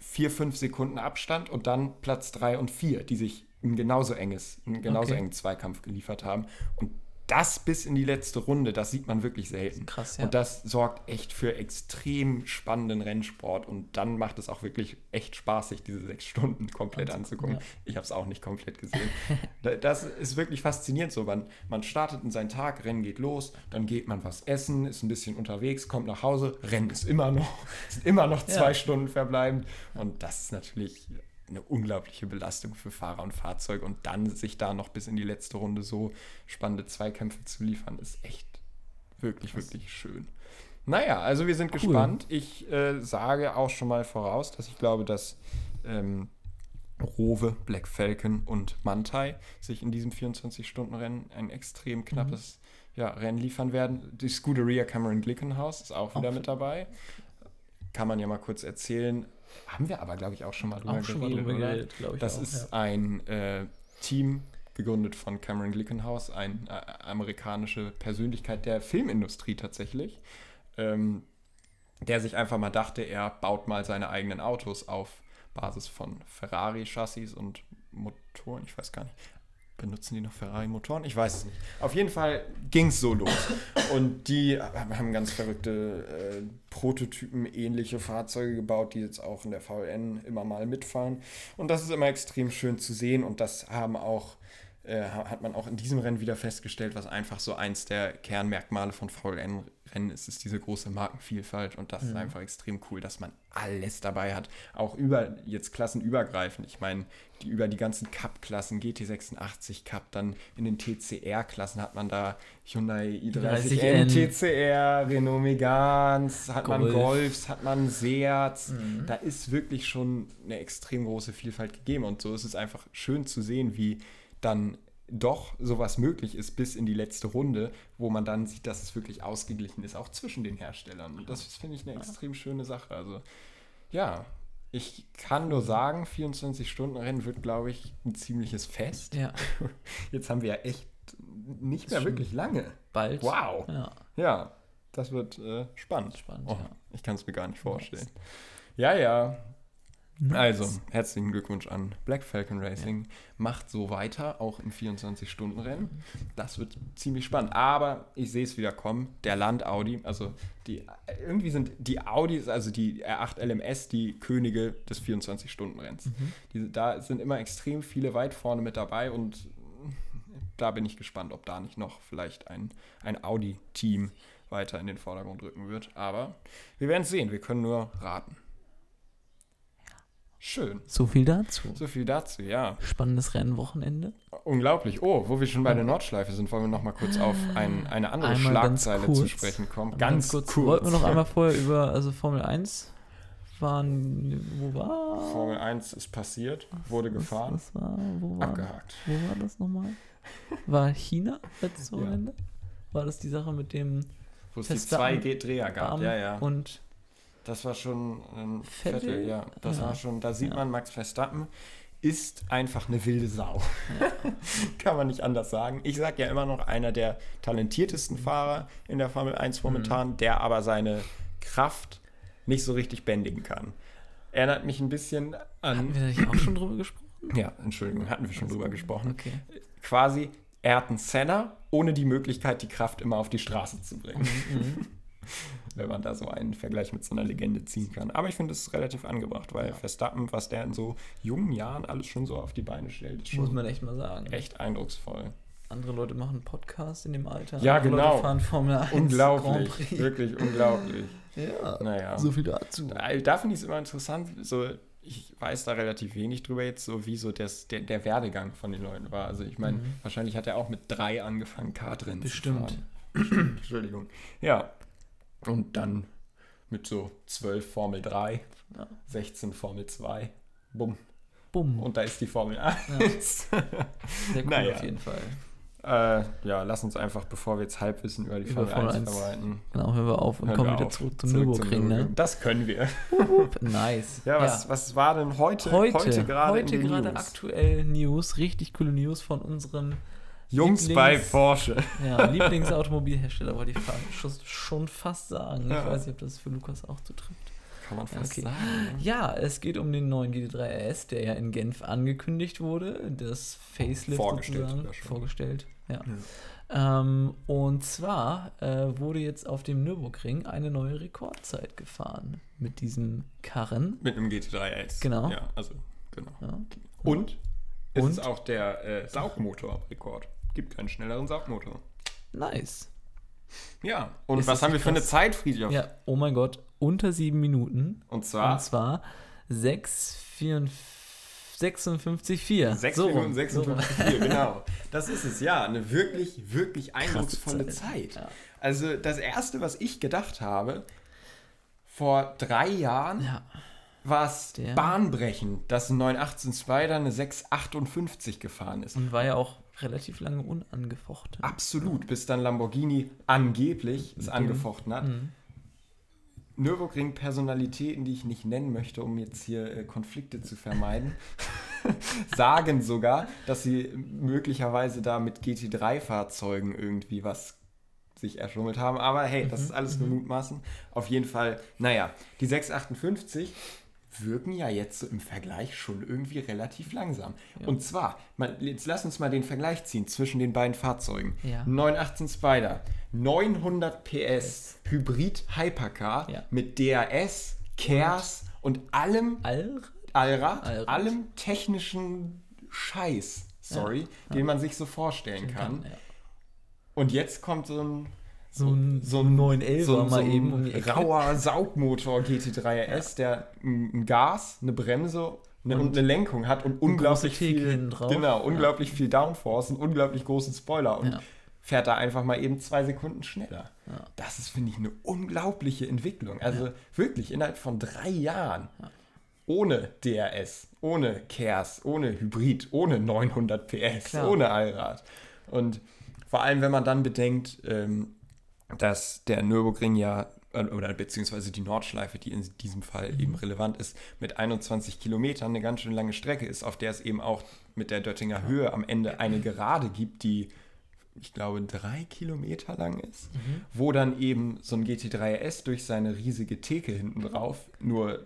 [SPEAKER 1] vier, fünf Sekunden Abstand und dann Platz drei und vier, die sich ein genauso enges, einen genauso
[SPEAKER 2] Okay.
[SPEAKER 1] engen Zweikampf geliefert haben. Und das bis in die letzte Runde, das sieht man wirklich selten.
[SPEAKER 2] Krass, ja.
[SPEAKER 1] Und das sorgt echt für extrem spannenden Rennsport. Und dann macht es auch wirklich echt Spaß, sich diese sechs Stunden komplett anzugucken. Ich habe es auch nicht komplett gesehen. Da- das ist wirklich faszinierend so. Man, man startet in seinen Tag, Rennen geht los, dann geht man was essen, ist ein bisschen unterwegs, kommt nach Hause, Rennen ist immer noch, sind immer noch zwei
[SPEAKER 2] Ja.
[SPEAKER 1] Stunden verbleibend. Und das ist natürlich eine unglaubliche Belastung für Fahrer und Fahrzeug. Und dann sich da noch bis in die letzte Runde so spannende Zweikämpfe zu liefern, ist echt wirklich, wirklich schön. Naja, also wir sind gespannt. Ich äh, sage auch schon mal voraus, dass ich glaube, dass ähm, Rowe, Black Falcon und Mantai sich in diesem 24-Stunden-Rennen ein
[SPEAKER 2] Mhm.
[SPEAKER 1] extrem knappes ja, Rennen liefern werden. Die Scuderia Cameron Glickenhaus ist auch wieder
[SPEAKER 2] Auch-
[SPEAKER 1] mit dabei. Kann man ja mal kurz erzählen. Haben wir aber, glaube ich, auch schon mal drüber
[SPEAKER 2] Auch schon mal drüber
[SPEAKER 1] oder?
[SPEAKER 2] geredet, glaube ich.
[SPEAKER 1] Das
[SPEAKER 2] auch,
[SPEAKER 1] ist
[SPEAKER 2] ja.
[SPEAKER 1] ein äh, Team, gegründet von Cameron Glickenhaus, eine äh, amerikanische Persönlichkeit der Filmindustrie tatsächlich, ähm, der sich einfach mal dachte, er baut mal seine eigenen Autos auf Basis von Ferrari-Chassis und Motoren. Ich weiß gar nicht. Benutzen die noch Ferrari-Motoren? Ich weiß es nicht. Auf jeden Fall ging es so los. Und die haben ganz verrückte äh, Prototypen-ähnliche Fahrzeuge gebaut, die jetzt auch in der VLN immer mal mitfahren. Und das ist immer extrem schön zu sehen. Und das haben auch, äh, ha- hat man auch in diesem Rennen wieder festgestellt, was einfach so eins der Kernmerkmale von VLN-Rennen ist, ist diese große Markenvielfalt. Und das ist einfach extrem cool, dass man alles dabei hat. Auch über jetzt klassenübergreifend. Ich meine, die, über die ganzen Cup-Klassen, GT86 Cup, dann in den TCR-Klassen hat man da Hyundai i30N,
[SPEAKER 2] 30N.
[SPEAKER 1] TCR, Renault Megans, hat man
[SPEAKER 2] Golf. Mhm.
[SPEAKER 1] Golfs, hat man Seats. Da ist wirklich schon eine extrem große Vielfalt gegeben. Und so ist es einfach schön zu sehen, wie dann doch sowas möglich ist bis in die letzte Runde, wo man dann sieht, dass es wirklich ausgeglichen ist, auch zwischen den Herstellern. Und das finde ich eine extrem schöne Sache. Also ja, ich kann nur sagen, 24-Stunden-Rennen wird, glaube ich, ein ziemliches Fest.
[SPEAKER 2] Ja.
[SPEAKER 1] Jetzt haben wir ja echt nicht mehr
[SPEAKER 2] Schon
[SPEAKER 1] wirklich lange.
[SPEAKER 2] Bald.
[SPEAKER 1] Wow.
[SPEAKER 2] Ja.
[SPEAKER 1] Ja, das wird äh, spannend.
[SPEAKER 2] Spannend,
[SPEAKER 1] oh,
[SPEAKER 2] ja.
[SPEAKER 1] Ich kann es mir gar nicht vorstellen. Ja, ja. Also, herzlichen Glückwunsch an Black Falcon Racing. Macht so weiter, auch im 24-Stunden-Rennen. Das wird ziemlich spannend. Aber ich sehe es wieder kommen. Der Land Audi, also die, irgendwie sind die Audis, also die R8 LMS, die Könige des 24-Stunden-Rennens. Die- Da sind immer extrem viele weit vorne mit dabei und da bin ich gespannt, ob da nicht noch vielleicht ein, ein Audi-Team weiter in den Vordergrund rücken wird. Aber wir werden es sehen, wir können nur raten. Schön.
[SPEAKER 2] So viel dazu.
[SPEAKER 1] So viel dazu, ja.
[SPEAKER 2] Spannendes Rennwochenende.
[SPEAKER 1] Unglaublich. Oh, wo wir schon bei der Nordschleife sind, wollen wir noch mal kurz auf ein, eine andere
[SPEAKER 2] Einmal ganz
[SPEAKER 1] Schlagzeile
[SPEAKER 2] kurz.
[SPEAKER 1] zu sprechen kommen. Ganz, kurz.
[SPEAKER 2] Wollten wir noch einmal vorher über, also Formel 1 waren, wo war?
[SPEAKER 1] Formel 1 ist passiert, wurde gefahren,
[SPEAKER 2] Was war, wo war,
[SPEAKER 1] abgehakt.
[SPEAKER 2] wo war das nochmal? War China letztes
[SPEAKER 1] Ja.
[SPEAKER 2] Wochenende? War das die Sache mit dem
[SPEAKER 1] Wo es die
[SPEAKER 2] Fester
[SPEAKER 1] zwei
[SPEAKER 2] am-
[SPEAKER 1] G- Dreher gab.
[SPEAKER 2] Arm
[SPEAKER 1] Ja, ja.
[SPEAKER 2] und
[SPEAKER 1] Das war schon ein
[SPEAKER 2] Vettel?
[SPEAKER 1] Vettel, ja. Das
[SPEAKER 2] Ja.
[SPEAKER 1] war schon, da sieht
[SPEAKER 2] Ja.
[SPEAKER 1] man, Max Verstappen ist einfach eine wilde Sau. Kann man nicht anders sagen. Ich sage ja immer noch einer der talentiertesten
[SPEAKER 2] Mhm.
[SPEAKER 1] Fahrer in der Formel 1 momentan, der aber seine Kraft nicht so richtig bändigen kann. Erinnert mich ein bisschen
[SPEAKER 2] hatten
[SPEAKER 1] an.
[SPEAKER 2] wir da nicht auch schon drüber gesprochen?
[SPEAKER 1] Ja, Entschuldigung, hatten wir schon drüber gesprochen.
[SPEAKER 2] Okay.
[SPEAKER 1] Quasi, er hat einen Senna ohne die Möglichkeit, die Kraft immer auf die Straße zu bringen
[SPEAKER 2] Mhm,
[SPEAKER 1] wenn man da so einen Vergleich mit so einer Legende ziehen kann. Aber ich finde es ist relativ angebracht, weil Verstappen, was der in so jungen Jahren alles schon so auf die Beine stellt, ist
[SPEAKER 2] Muss
[SPEAKER 1] schon
[SPEAKER 2] man echt mal sagen.
[SPEAKER 1] echt eindrucksvoll.
[SPEAKER 2] Andere Leute machen einen Podcast in dem Alter.
[SPEAKER 1] Ja,
[SPEAKER 2] andere
[SPEAKER 1] genau.
[SPEAKER 2] Leute fahren Formel 1. Grand
[SPEAKER 1] Unglaublich, Genau.
[SPEAKER 2] Prix.
[SPEAKER 1] wirklich unglaublich.
[SPEAKER 2] Ja.
[SPEAKER 1] Naja.
[SPEAKER 2] So viel dazu.
[SPEAKER 1] Also Da finde ich es immer interessant, so ich weiß da relativ wenig drüber jetzt, so wie so das, der, der Werdegang von den Leuten war. Also ich meine, wahrscheinlich hat er auch mit drei angefangen, Kartrennen
[SPEAKER 2] Mhm. Bestimmt.
[SPEAKER 1] zu fahren. Entschuldigung. Ja. Und dann mit so 12 Formel 3,
[SPEAKER 2] Ja.
[SPEAKER 1] 16 Formel 2, bumm.
[SPEAKER 2] Bumm.
[SPEAKER 1] Und da ist die Formel 1.
[SPEAKER 2] Sehr cool
[SPEAKER 1] naja.
[SPEAKER 2] auf jeden Fall.
[SPEAKER 1] Ja, äh, ja lass uns einfach, bevor wir jetzt Halbwissen über die
[SPEAKER 2] Über
[SPEAKER 1] Formel,
[SPEAKER 2] Formel
[SPEAKER 1] 1
[SPEAKER 2] 1
[SPEAKER 1] verbreiten,
[SPEAKER 2] Genau, hören wir auf und
[SPEAKER 1] hören
[SPEAKER 2] kommen
[SPEAKER 1] wir
[SPEAKER 2] wieder
[SPEAKER 1] auf.
[SPEAKER 2] zurück zum
[SPEAKER 1] Zurück
[SPEAKER 2] Nürburgring, ne?
[SPEAKER 1] Nürburgring. Das können wir.
[SPEAKER 2] Nice.
[SPEAKER 1] Ja, was, was war denn heute,
[SPEAKER 2] Heute,
[SPEAKER 1] heute gerade
[SPEAKER 2] heute
[SPEAKER 1] in den
[SPEAKER 2] gerade
[SPEAKER 1] News?
[SPEAKER 2] aktuell News, richtig coole News von unserem
[SPEAKER 1] Jungs
[SPEAKER 2] Lieblings-
[SPEAKER 1] bei Porsche.
[SPEAKER 2] ja, Lieblingsautomobilhersteller, wollte ich fa- schon, schon fast sagen. Ich
[SPEAKER 1] Ja.
[SPEAKER 2] weiß nicht, ob das für Lukas auch zutrifft.
[SPEAKER 1] Kann man
[SPEAKER 2] fast Okay.
[SPEAKER 1] sagen.
[SPEAKER 2] Ja, es geht um den neuen GT3 RS, der ja in Genf angekündigt wurde. Das Facelift
[SPEAKER 1] Vorgestellt
[SPEAKER 2] sozusagen.
[SPEAKER 1] sogar schon.
[SPEAKER 2] Vorgestellt, ja. Ähm, und zwar äh, wurde jetzt auf dem Nürburgring eine neue Rekordzeit gefahren mit diesem Karren.
[SPEAKER 1] Mit einem GT3S.
[SPEAKER 2] Genau.
[SPEAKER 1] Ja, also, genau.
[SPEAKER 2] Ja.
[SPEAKER 1] Und es
[SPEAKER 2] Und?
[SPEAKER 1] ist auch der äh, Saugmotor-Rekord. Gibt keinen schnelleren Saugmotor.
[SPEAKER 2] Nice.
[SPEAKER 1] Ja. Und
[SPEAKER 2] Ist
[SPEAKER 1] was
[SPEAKER 2] das
[SPEAKER 1] haben wir
[SPEAKER 2] nicht
[SPEAKER 1] für eine
[SPEAKER 2] krass?
[SPEAKER 1] Zeit, Friedhof?
[SPEAKER 2] Ja, oh mein Gott, unter sieben Minuten.
[SPEAKER 1] Und zwar
[SPEAKER 2] Und zwar 6, 56, 4.
[SPEAKER 1] 6 Minuten 56, genau. Das ist es, ja. Eine wirklich, wirklich eindrucksvolle Zeit.
[SPEAKER 2] Ja.
[SPEAKER 1] Also das Erste, was ich gedacht habe, vor drei Jahren
[SPEAKER 2] Ja.
[SPEAKER 1] war es
[SPEAKER 2] Der-
[SPEAKER 1] bahnbrechend, dass ein 918 Spider eine 658 gefahren ist.
[SPEAKER 2] Und war ja auch relativ lange unangefochten.
[SPEAKER 1] Ah. Absolut, bis dann Lamborghini angeblich es angefochten hat. Nürburgring-Personalitäten, die ich nicht nennen möchte, um jetzt hier äh, Konflikte zu vermeiden, sagen sogar, dass sie möglicherweise da mit GT3-Fahrzeugen irgendwie was sich erschummelt haben. Aber hey, das
[SPEAKER 2] Mhm.
[SPEAKER 1] ist alles nur Mutmaßen. Auf jeden Fall, naja, die 658 wirken ja jetzt so im Vergleich schon irgendwie relativ langsam. Und zwar, mal, jetzt lass uns mal den Vergleich ziehen zwischen den beiden Fahrzeugen.
[SPEAKER 2] Ja.
[SPEAKER 1] 918 Spider, 900 PS, Hybrid Hypercar
[SPEAKER 2] Ja.
[SPEAKER 1] mit DRS, KERS und, allem
[SPEAKER 2] All
[SPEAKER 1] Allrad,
[SPEAKER 2] Allrad.
[SPEAKER 1] allem technischen Scheiß, sorry, den man sich so vorstellen kann.
[SPEAKER 2] ja.
[SPEAKER 1] Und jetzt kommt so ein
[SPEAKER 2] So ein, so
[SPEAKER 1] so
[SPEAKER 2] ein
[SPEAKER 1] ein
[SPEAKER 2] 911
[SPEAKER 1] so,
[SPEAKER 2] mal
[SPEAKER 1] so ein
[SPEAKER 2] eben um die Ecke.
[SPEAKER 1] rauer Saugmotor GT3 RS, der ein Gas, eine Bremse eine, und, eine Lenkung hat und unglaublich
[SPEAKER 2] große Theke
[SPEAKER 1] viel
[SPEAKER 2] hinten drauf.
[SPEAKER 1] genau unglaublich viel Downforce und unglaublich großen Spoiler und
[SPEAKER 2] Ja.
[SPEAKER 1] fährt da einfach mal eben zwei Sekunden schneller. Das ist finde ich eine unglaubliche Entwicklung. Also wirklich innerhalb von drei Jahren. ohne DRS, ohne KERS, ohne Hybrid, ohne 900 PS,
[SPEAKER 2] Klar.
[SPEAKER 1] ohne Allrad. Und vor allem, wenn man dann bedenkt, ähm, dass der Nürburgring ja, äh, oder beziehungsweise die Nordschleife, die in diesem Fall eben relevant ist, mit 21 Kilometern eine ganz schön lange Strecke ist, auf der es eben auch mit der Döttinger Höhe am Ende eine Gerade gibt, die ich glaube, drei Kilometer lang ist,
[SPEAKER 2] Mhm.
[SPEAKER 1] wo dann eben so ein GT3S durch seine riesige Theke hinten drauf nur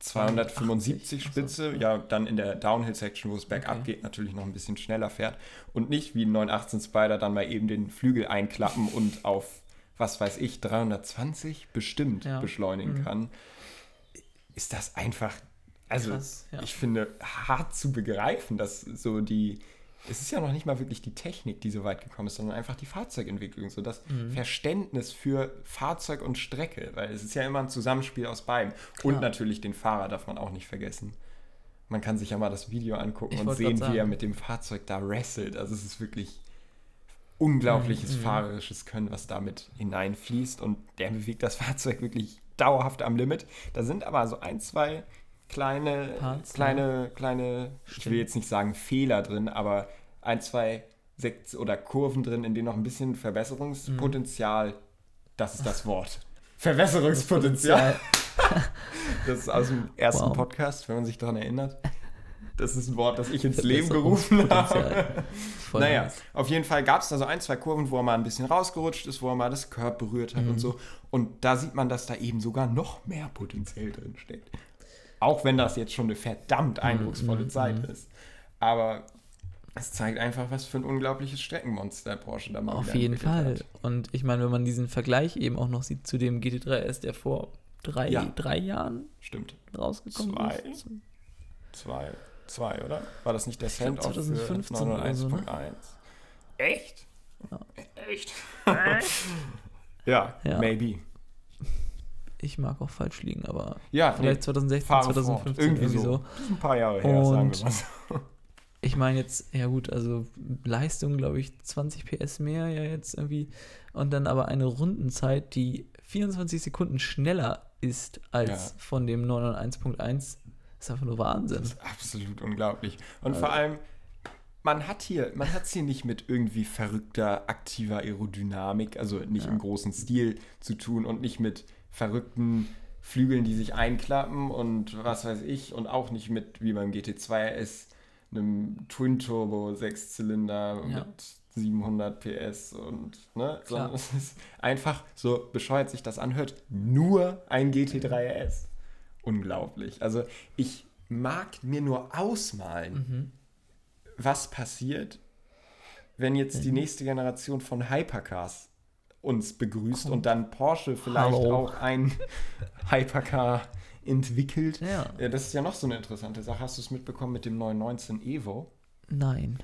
[SPEAKER 1] 275
[SPEAKER 2] Ach so,
[SPEAKER 1] Spitze, ja, dann in der Downhill-Section, wo es bergab
[SPEAKER 2] Okay.
[SPEAKER 1] geht, natürlich noch ein bisschen schneller fährt und nicht wie ein 918 Spider dann mal eben den Flügel einklappen und auf, was weiß ich, 320 bestimmt
[SPEAKER 2] Ja. Mhm.
[SPEAKER 1] beschleunigen kann, ist das einfach, also
[SPEAKER 2] Krass, ja.
[SPEAKER 1] ich finde, hart zu begreifen, dass so die, es ist ja noch nicht mal wirklich die Technik, die so weit gekommen ist, sondern einfach die Fahrzeugentwicklung, so das
[SPEAKER 2] Mhm.
[SPEAKER 1] Verständnis für Fahrzeug und Strecke, weil es ist ja immer ein Zusammenspiel aus beidem. Und
[SPEAKER 2] Klar.
[SPEAKER 1] natürlich den Fahrer darf man auch nicht vergessen. Man kann sich ja mal das Video angucken
[SPEAKER 2] Ich
[SPEAKER 1] und
[SPEAKER 2] wollt
[SPEAKER 1] sehen,
[SPEAKER 2] grad
[SPEAKER 1] wie er
[SPEAKER 2] sagen.
[SPEAKER 1] mit dem Fahrzeug da wrestelt. Also es ist wirklich
[SPEAKER 2] Mhm.
[SPEAKER 1] unglaubliches fahrerisches Können, was damit hineinfließt und der bewegt das Fahrzeug wirklich dauerhaft am Limit. Da sind aber so ein, zwei kleine,
[SPEAKER 2] Parts,
[SPEAKER 1] kleine, kleine, ich will
[SPEAKER 2] Stimmt.
[SPEAKER 1] jetzt nicht sagen Fehler drin, aber ein, zwei Sekts oder Kurven drin, in denen noch ein bisschen Verbesserungspotenzial,
[SPEAKER 2] Mhm.
[SPEAKER 1] das ist das Wort. Verbesserungspotenzial. Das ist aus dem ersten
[SPEAKER 2] Wow.
[SPEAKER 1] Podcast, wenn man sich daran erinnert. Das ist ein Wort, das ich ins Leben gerufen habe.
[SPEAKER 2] Potenzial. Voll
[SPEAKER 1] Naja,
[SPEAKER 2] nice.
[SPEAKER 1] auf jeden Fall gab es da so ein, zwei Kurven, wo er mal ein bisschen rausgerutscht ist, wo er mal das Körb berührt
[SPEAKER 2] Mhm.
[SPEAKER 1] hat und so. Und da sieht man, dass da eben sogar noch mehr Potenzial drin steckt. Auch wenn das jetzt schon eine verdammt
[SPEAKER 2] Mhm,
[SPEAKER 1] eindrucksvolle Zeit ist. Aber es zeigt einfach, was für ein unglaubliches Streckenmonster Porsche da mal
[SPEAKER 2] Auf
[SPEAKER 1] wieder
[SPEAKER 2] jeden Fall.
[SPEAKER 1] entwickelt hat.
[SPEAKER 2] Und ich meine, wenn man diesen Vergleich eben auch noch sieht zu dem GT3S, der vor drei,
[SPEAKER 1] Ja.
[SPEAKER 2] drei Jahren
[SPEAKER 1] Stimmt.
[SPEAKER 2] rausgekommen
[SPEAKER 1] Zwei?
[SPEAKER 2] ist.
[SPEAKER 1] Zwei. Zwei, oder? War das nicht der
[SPEAKER 2] glaub,
[SPEAKER 1] Sound auf
[SPEAKER 2] 2015 oder
[SPEAKER 1] 901.1?
[SPEAKER 2] so, ne?
[SPEAKER 1] Echt?
[SPEAKER 2] Ja.
[SPEAKER 1] Echt? ja,
[SPEAKER 2] Ja.
[SPEAKER 1] maybe.
[SPEAKER 2] Ich mag auch falsch liegen, aber
[SPEAKER 1] Ja,
[SPEAKER 2] vielleicht
[SPEAKER 1] nee,
[SPEAKER 2] 2016,
[SPEAKER 1] fahre
[SPEAKER 2] 2015
[SPEAKER 1] fort. Irgendwie, so. Das ist ein paar Jahre her, sagen wir
[SPEAKER 2] Und-
[SPEAKER 1] mal so.
[SPEAKER 2] Ich meine jetzt, ja gut, also Leistung, glaube ich, 20 PS mehr ja jetzt irgendwie. Und dann aber eine Rundenzeit, die 24 Sekunden schneller ist als
[SPEAKER 1] Ja.
[SPEAKER 2] von dem 901.1. Ist einfach nur Wahnsinn.
[SPEAKER 1] Das ist absolut unglaublich. Und vor allem, man hat hier, man hat es hier nicht mit irgendwie verrückter, aktiver Aerodynamik, also nicht im großen Stil zu tun und nicht mit verrückten Flügeln, die sich einklappen und was weiß ich und auch nicht mit, wie beim GT2 S, einem Twin Turbo Sechszylinder
[SPEAKER 2] Ja.
[SPEAKER 1] mit 700 PS und ne,
[SPEAKER 2] Klar.
[SPEAKER 1] sondern es ist einfach so bescheuert sich das anhört, nur ein GT3S unglaublich. Also ich mag mir nur ausmalen,
[SPEAKER 2] Mhm.
[SPEAKER 1] was passiert, wenn jetzt die
[SPEAKER 2] Mhm.
[SPEAKER 1] nächste Generation von Hypercars uns begrüßt und dann Porsche vielleicht
[SPEAKER 2] Hallo.
[SPEAKER 1] auch ein Hypercar entwickelt.
[SPEAKER 2] Ja.
[SPEAKER 1] Ja, das ist ja noch so eine interessante Sache. Hast du es mitbekommen mit dem 919 Evo?
[SPEAKER 2] Nein.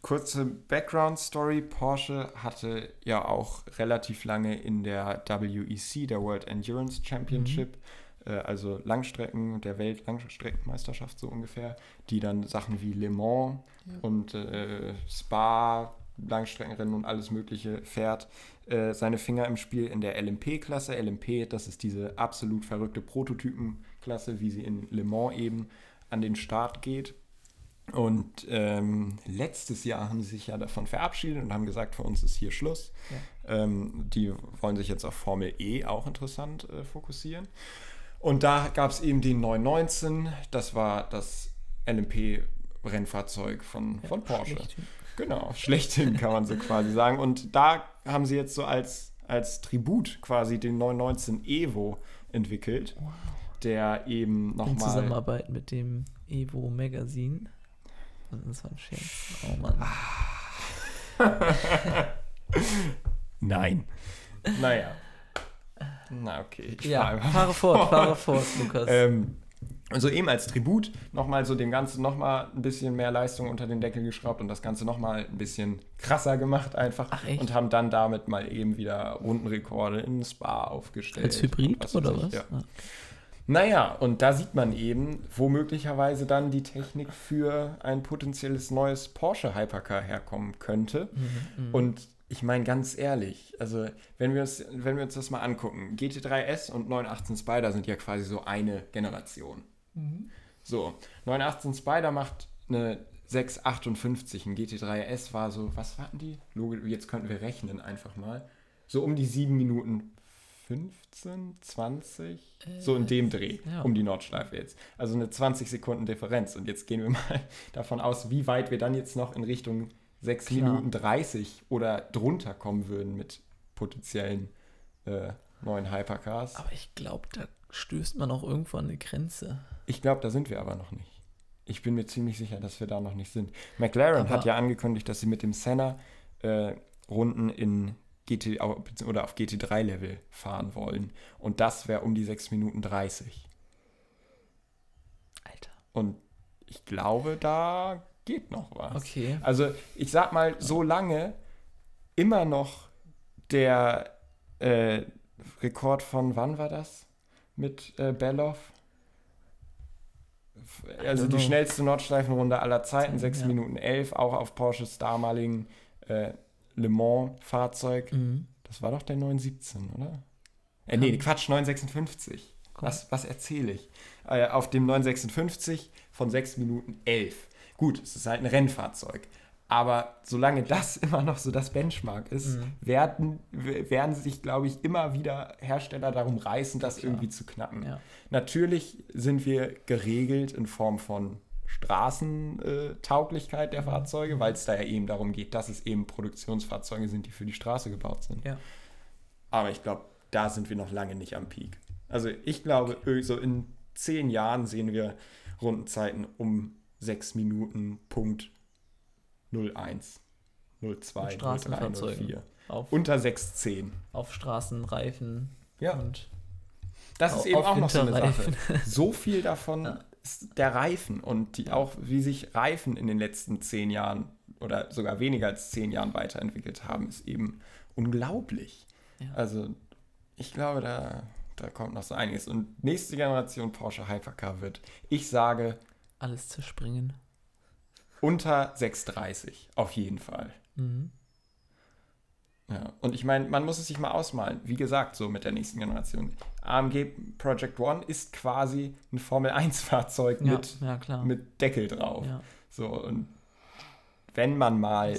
[SPEAKER 1] Kurze Background-Story. Porsche hatte ja auch relativ lange in der WEC, der World Endurance Championship, äh, also Langstrecken, der Weltlangstreckenmeisterschaft so ungefähr, die dann Sachen wie Le Mans und äh, Spa, Langstreckenrennen und alles Mögliche fährt, äh, seine Finger im Spiel in der LMP-Klasse. LMP, das ist diese absolut verrückte Prototypenklasse, wie sie in Le Mans eben an den Start geht. Und ähm, letztes Jahr haben sie sich ja davon verabschiedet und haben gesagt, für uns ist hier Schluss. Ähm, die wollen sich jetzt auf Formel E auch interessant äh, fokussieren. Und da gab es eben den 919, das war das LMP-Rennfahrzeug von, von Porsche.
[SPEAKER 2] schlechthin.
[SPEAKER 1] Genau, schlechthin kann man so quasi sagen. Und da haben sie jetzt so als, als Tribut quasi den 919 Evo entwickelt, der eben
[SPEAKER 2] In
[SPEAKER 1] nochmal
[SPEAKER 2] Zusammenarbeit mit dem Evo Magazine. Und Das war ein Scherz. Oh Mann.
[SPEAKER 1] Ah, Nein. Naja. Na, okay. Ich fahr
[SPEAKER 2] ja,
[SPEAKER 1] einfach.
[SPEAKER 2] fahre fort, fahre fort, Lukas.
[SPEAKER 1] Ähm, also eben als Tribut nochmal so dem Ganzen nochmal ein bisschen mehr Leistung unter den Deckel geschraubt und das Ganze nochmal ein bisschen krasser gemacht einfach.
[SPEAKER 2] Ach, echt?
[SPEAKER 1] Und haben dann damit mal eben wieder Rundenrekorde in Spa aufgestellt.
[SPEAKER 2] Als Hybrid
[SPEAKER 1] Was weiß
[SPEAKER 2] oder
[SPEAKER 1] ich,
[SPEAKER 2] was?
[SPEAKER 1] Ja.
[SPEAKER 2] Ah,
[SPEAKER 1] Naja, und da sieht man eben, wo möglicherweise dann die Technik für ein potenzielles neues Porsche Hypercar herkommen könnte. Und ich meine ganz ehrlich, also wenn wir, uns, wenn wir uns das mal angucken, GT3S und 918 Spider sind ja quasi so eine Generation. Mhm. So, 918 Spider macht eine 658. Ein GT3 S war so, was hatten die? Jetzt könnten wir rechnen einfach mal. So um die 7 Minuten 15, 20, äh, so in dem Dreh, ja. um die Nordschleife jetzt. Also eine 20 Sekunden Differenz. Und jetzt gehen wir mal davon aus, wie weit wir dann jetzt noch in Richtung 6 Klar. Minuten 30 oder drunter kommen würden mit potenziellen äh, neuen Hypercars.
[SPEAKER 2] Aber ich glaube, da stößt man auch irgendwo an eine Grenze.
[SPEAKER 1] Ich glaube, da sind wir aber noch nicht. Ich bin mir ziemlich sicher, dass wir da noch nicht sind. McLaren aber hat ja angekündigt, dass sie mit dem Senna äh, Runden in GT oder auf GT3-Level fahren wollen. Und das wäre um die 6 Minuten 30.
[SPEAKER 2] Alter.
[SPEAKER 1] Und ich glaube, da geht noch was.
[SPEAKER 2] Okay.
[SPEAKER 1] Also ich sag mal, solange immer noch der äh, Rekord von wann war das? Mit äh, Belloff? Also die schnellste Nordschleifenrunde aller Zeiten, 6 ja. Minuten 11, auch auf Porsches damaligen äh, Le Mans-Fahrzeug. Mhm. Das war doch der 917, oder? Äh, nee, Quatsch, 956. Cool. Was, was erzähle ich? Äh, auf dem 956 von 6 Minuten 11. Gut, es ist halt ein Rennfahrzeug. Aber solange das immer noch so das Benchmark ist, mhm. werden, werden sich, glaube ich, immer wieder Hersteller darum reißen, das Klar. irgendwie zu knacken. Ja. Natürlich sind wir geregelt in Form von Straßentauglichkeit der Fahrzeuge, weil es da ja eben darum geht, dass es eben Produktionsfahrzeuge sind, die für die Straße gebaut sind.
[SPEAKER 2] Ja.
[SPEAKER 1] Aber ich glaube, da sind wir noch lange nicht am Peak. Also ich glaube, okay. so in zehn Jahren sehen wir Rundenzeiten um sechs Minuten Punkt 01, 02, 03, 04. Auf, Unter 610.
[SPEAKER 2] Auf Straßenreifen.
[SPEAKER 1] Ja. Und das ist eben auch noch so eine Sache. So viel davon ja der Reifen und die auch, wie sich Reifen in den letzten zehn Jahren oder sogar weniger als zehn Jahren weiterentwickelt haben, ist eben unglaublich. Ja. Also ich glaube, da, da kommt noch so einiges. Und nächste Generation Porsche Hypercar wird, ich sage,
[SPEAKER 2] alles zerspringen.
[SPEAKER 1] Unter 6,30 auf jeden Fall. Mhm. Ja, und ich meine, man muss es sich mal ausmalen. Wie gesagt, so mit der nächsten Generation. AMG Project One ist quasi ein Formel-1-Fahrzeug
[SPEAKER 2] Ja,
[SPEAKER 1] mit,
[SPEAKER 2] ja,
[SPEAKER 1] mit Deckel drauf.
[SPEAKER 2] Ja.
[SPEAKER 1] So, und wenn man mal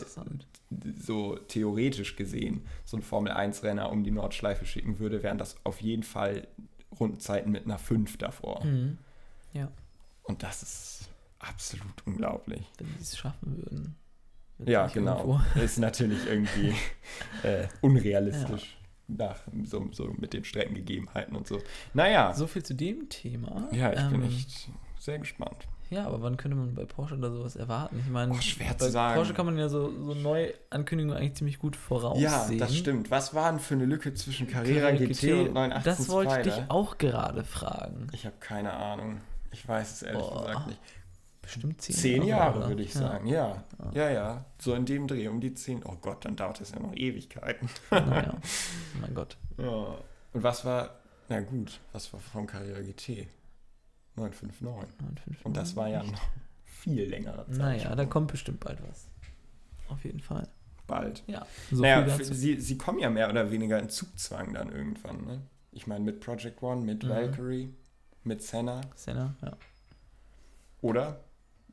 [SPEAKER 1] so theoretisch gesehen so ein Formel-1-Renner um die Nordschleife schicken würde, wären das auf jeden Fall Rundenzeiten mit einer 5 davor.
[SPEAKER 2] Mhm. Ja.
[SPEAKER 1] Und das ist absolut unglaublich.
[SPEAKER 2] Wenn sie es schaffen würden.
[SPEAKER 1] Jetzt ja, genau. Irgendwo. Ist natürlich irgendwie äh, unrealistisch. Ja. Nach, so, so mit den Streckengegebenheiten und so. Naja.
[SPEAKER 2] So viel zu dem Thema.
[SPEAKER 1] Ja, ich ähm, bin echt sehr gespannt.
[SPEAKER 2] Ja, aber wann könnte man bei Porsche oder sowas erwarten? Ich meine,
[SPEAKER 1] oh, schwer
[SPEAKER 2] bei
[SPEAKER 1] zu sagen.
[SPEAKER 2] Porsche kann man ja so, so Neuankündigungen eigentlich ziemlich gut voraussehen. Ja,
[SPEAKER 1] das stimmt. Was war denn für eine Lücke zwischen Carrera, GT, GT und 918
[SPEAKER 2] Das wollte Spider? ich dich auch gerade fragen.
[SPEAKER 1] Ich habe keine Ahnung. Ich weiß es ehrlich Boah. gesagt nicht
[SPEAKER 2] bestimmt
[SPEAKER 1] zehn, zehn Jahre, Jahre würde ich ja. sagen, ja. ja. Ja, ja. So in dem Dreh, um die zehn. Oh Gott, dann dauert es ja noch Ewigkeiten.
[SPEAKER 2] naja, Oh mein Gott.
[SPEAKER 1] Ja. Und was war, na gut, was war vom Karriere GT? 959. 959. Und das war ja noch viel längerer
[SPEAKER 2] Zeit. Naja, da kommt bestimmt bald was. Auf jeden Fall.
[SPEAKER 1] Bald.
[SPEAKER 2] Ja.
[SPEAKER 1] So naja, sie, sie kommen ja mehr oder weniger in Zugzwang dann irgendwann, ne? Ich meine, mit Project One, mit mhm. Valkyrie, mit Senna.
[SPEAKER 2] Senna, ja.
[SPEAKER 1] Oder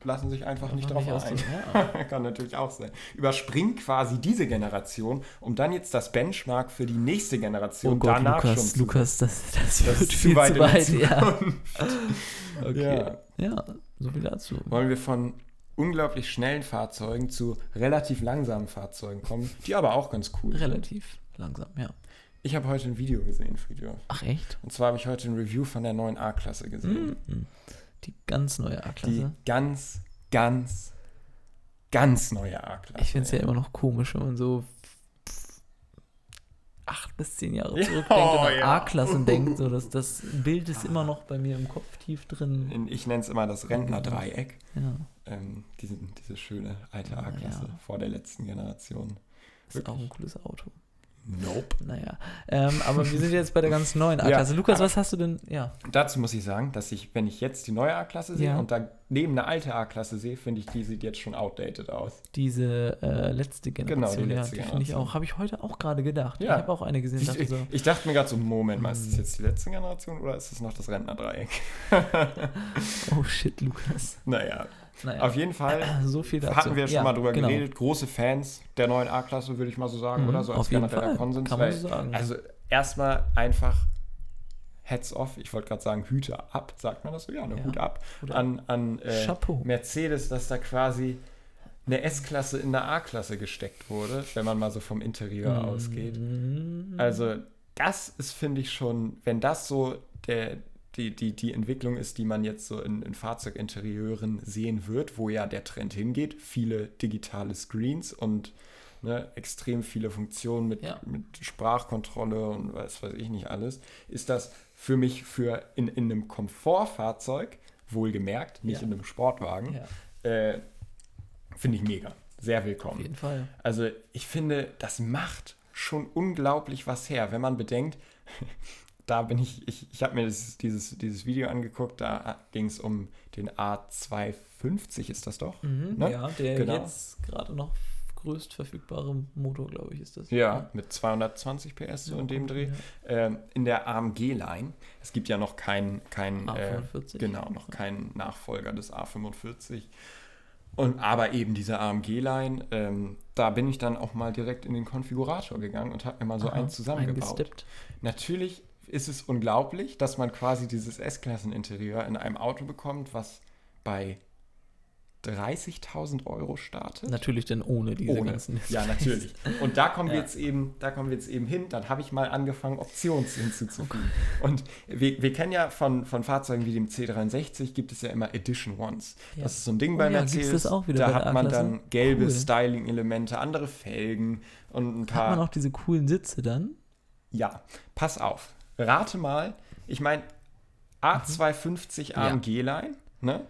[SPEAKER 1] lassen sich einfach ja, nicht drauf ein. Ja. Kann natürlich auch sein. Überspringt quasi diese Generation, um dann jetzt das Benchmark für die nächste Generation
[SPEAKER 2] oh Gott,
[SPEAKER 1] danach
[SPEAKER 2] Lukas,
[SPEAKER 1] schon
[SPEAKER 2] Lukas, das, das wird das viel zu weit. Zu weit ja. okay. Ja. ja. so viel dazu.
[SPEAKER 1] Wollen wir von unglaublich schnellen Fahrzeugen zu relativ langsamen Fahrzeugen kommen, die aber auch ganz cool
[SPEAKER 2] Relativ langsam, ja.
[SPEAKER 1] Ich habe heute ein Video gesehen, Friedhof.
[SPEAKER 2] Ach echt?
[SPEAKER 1] Und zwar habe ich heute ein Review von der neuen A-Klasse gesehen. Mhm.
[SPEAKER 2] Hm, Die ganz neue A-Klasse. Die
[SPEAKER 1] ganz, ganz, ganz neue A-Klasse.
[SPEAKER 2] Ich finde es ja immer noch komisch, wenn man so acht bis zehn Jahre zurückdenkt ja, oh, und an ja. A-Klassen denkt. So, dass das Bild ist ah. immer noch bei mir im Kopf tief drin.
[SPEAKER 1] Ich nenne es immer das Rentner-Dreieck.
[SPEAKER 2] Ja.
[SPEAKER 1] Ähm, diese,
[SPEAKER 2] Ah,
[SPEAKER 1] diese schöne alte A-Klasse vor der letzten Generation.
[SPEAKER 2] Ist Wirklich. auch ein cooles Auto.
[SPEAKER 1] Nope.
[SPEAKER 2] Naja. Ähm, aber wir sind jetzt bei der ganz neuen A-Klasse.
[SPEAKER 1] Ja,
[SPEAKER 2] Lukas,
[SPEAKER 1] aber-
[SPEAKER 2] was hast du denn? Ja.
[SPEAKER 1] Dazu muss ich sagen, dass ich, wenn ich jetzt die neue A-Klasse sehe
[SPEAKER 2] Ja.
[SPEAKER 1] und daneben eine alte A-Klasse sehe, finde ich, die sieht jetzt schon outdated aus.
[SPEAKER 2] Diese äh, letzte Generation,
[SPEAKER 1] Genau, letzte
[SPEAKER 2] ja, die finde ich
[SPEAKER 1] Generation.
[SPEAKER 2] auch. Habe ich heute auch gerade gedacht.
[SPEAKER 1] Ja.
[SPEAKER 2] Ich habe auch eine gesehen.
[SPEAKER 1] Ich,
[SPEAKER 2] dachte
[SPEAKER 1] ich,
[SPEAKER 2] so, Hm.
[SPEAKER 1] ich dachte mir gerade so, Moment mal, ist das jetzt die letzte Generation oder ist das noch das Rentnerdreieck?
[SPEAKER 2] oh shit, Lukas.
[SPEAKER 1] Naja,
[SPEAKER 2] Naja,
[SPEAKER 1] auf jeden Fall
[SPEAKER 2] so viel dazu.
[SPEAKER 1] hatten wir schon
[SPEAKER 2] Ja,
[SPEAKER 1] mal drüber
[SPEAKER 2] genau.
[SPEAKER 1] geredet. Große Fans der neuen A-Klasse, würde ich mal so sagen,
[SPEAKER 2] Mhm,
[SPEAKER 1] oder so
[SPEAKER 2] auf
[SPEAKER 1] als
[SPEAKER 2] jeden
[SPEAKER 1] genereller
[SPEAKER 2] Fall.
[SPEAKER 1] Konsens.
[SPEAKER 2] Kann man
[SPEAKER 1] weil-
[SPEAKER 2] so sagen.
[SPEAKER 1] Also erstmal einfach Heads off, ich wollte gerade sagen Hüte ab, sagt man das so? Ja, ne,
[SPEAKER 2] Ja,
[SPEAKER 1] Hut ab
[SPEAKER 2] Hut ab.
[SPEAKER 1] an, an äh,
[SPEAKER 2] Chapeau.
[SPEAKER 1] Mercedes, dass da quasi eine S-Klasse in eine A-Klasse gesteckt wurde, wenn man mal so vom Interieur ausgeht.
[SPEAKER 2] Mhm.
[SPEAKER 1] Also das ist, finde ich schon, wenn das so der, die, die, die Entwicklung ist, die man jetzt so in, in Fahrzeuginterieuren sehen wird, wo ja der Trend hingeht, viele digitale Screens und ne, extrem viele Funktionen mit,
[SPEAKER 2] Ja.
[SPEAKER 1] mit Sprachkontrolle und was weiß ich nicht alles, ist das für mich für in, in einem Komfortfahrzeug, wohlgemerkt, nicht
[SPEAKER 2] Ja.
[SPEAKER 1] in einem Sportwagen,
[SPEAKER 2] Ja,
[SPEAKER 1] äh, finde ich mega. Sehr
[SPEAKER 2] auf
[SPEAKER 1] willkommen.
[SPEAKER 2] jeden Fall.
[SPEAKER 1] Also ich finde, das macht schon unglaublich was her, wenn man bedenkt, da bin ich, ich, ich habe mir dieses, dieses, dieses Video angeguckt, da ging es um den A250, ist das doch?
[SPEAKER 2] Mhm,
[SPEAKER 1] Ne?
[SPEAKER 2] Ja, der
[SPEAKER 1] Genau.
[SPEAKER 2] jetzt gerade noch größt verfügbare Motor, glaube ich, ist das.
[SPEAKER 1] Ja, mit 220 PS so in dem Dreh. Ähm, in der AMG-Line. Es gibt ja noch keinen kein, äh,
[SPEAKER 2] A45.
[SPEAKER 1] genau, noch keinen Nachfolger des A45. Und aber eben diese AMG-Line, ähm, da bin ich dann auch mal direkt in den Konfigurator gegangen und habe mir mal so
[SPEAKER 2] Aha,
[SPEAKER 1] eins zusammengebaut.
[SPEAKER 2] eingesteppt.
[SPEAKER 1] Natürlich ist es unglaublich, dass man quasi dieses S-Klassen-Interieur in einem Auto bekommt, was bei 30.000 Euro startet.
[SPEAKER 2] Natürlich denn ohne diese
[SPEAKER 1] Ohne.
[SPEAKER 2] ganzen.
[SPEAKER 1] Ja, natürlich. Und da kommen wir
[SPEAKER 2] Ja.
[SPEAKER 1] jetzt eben, da kommen wir jetzt eben hin. Dann habe ich mal angefangen, Options hinzuzufügen.
[SPEAKER 2] Oh
[SPEAKER 1] Und wir, wir kennen ja von, von Fahrzeugen wie dem C63 gibt es ja immer Edition Ones.
[SPEAKER 2] Ja.
[SPEAKER 1] Das ist so ein Ding
[SPEAKER 2] Oh
[SPEAKER 1] bei
[SPEAKER 2] ja, gibt's
[SPEAKER 1] Mercedes.
[SPEAKER 2] das auch wieder
[SPEAKER 1] da
[SPEAKER 2] bei der
[SPEAKER 1] hat man
[SPEAKER 2] A-Klasse?
[SPEAKER 1] dann gelbe
[SPEAKER 2] Cool.
[SPEAKER 1] Styling-Elemente, andere Felgen und ein paar.
[SPEAKER 2] Hat man auch diese coolen Sitze dann?
[SPEAKER 1] Ja, pass auf. Rate mal. Ich meine, A250
[SPEAKER 2] Mhm. Ja.
[SPEAKER 1] AMG-Line, ne?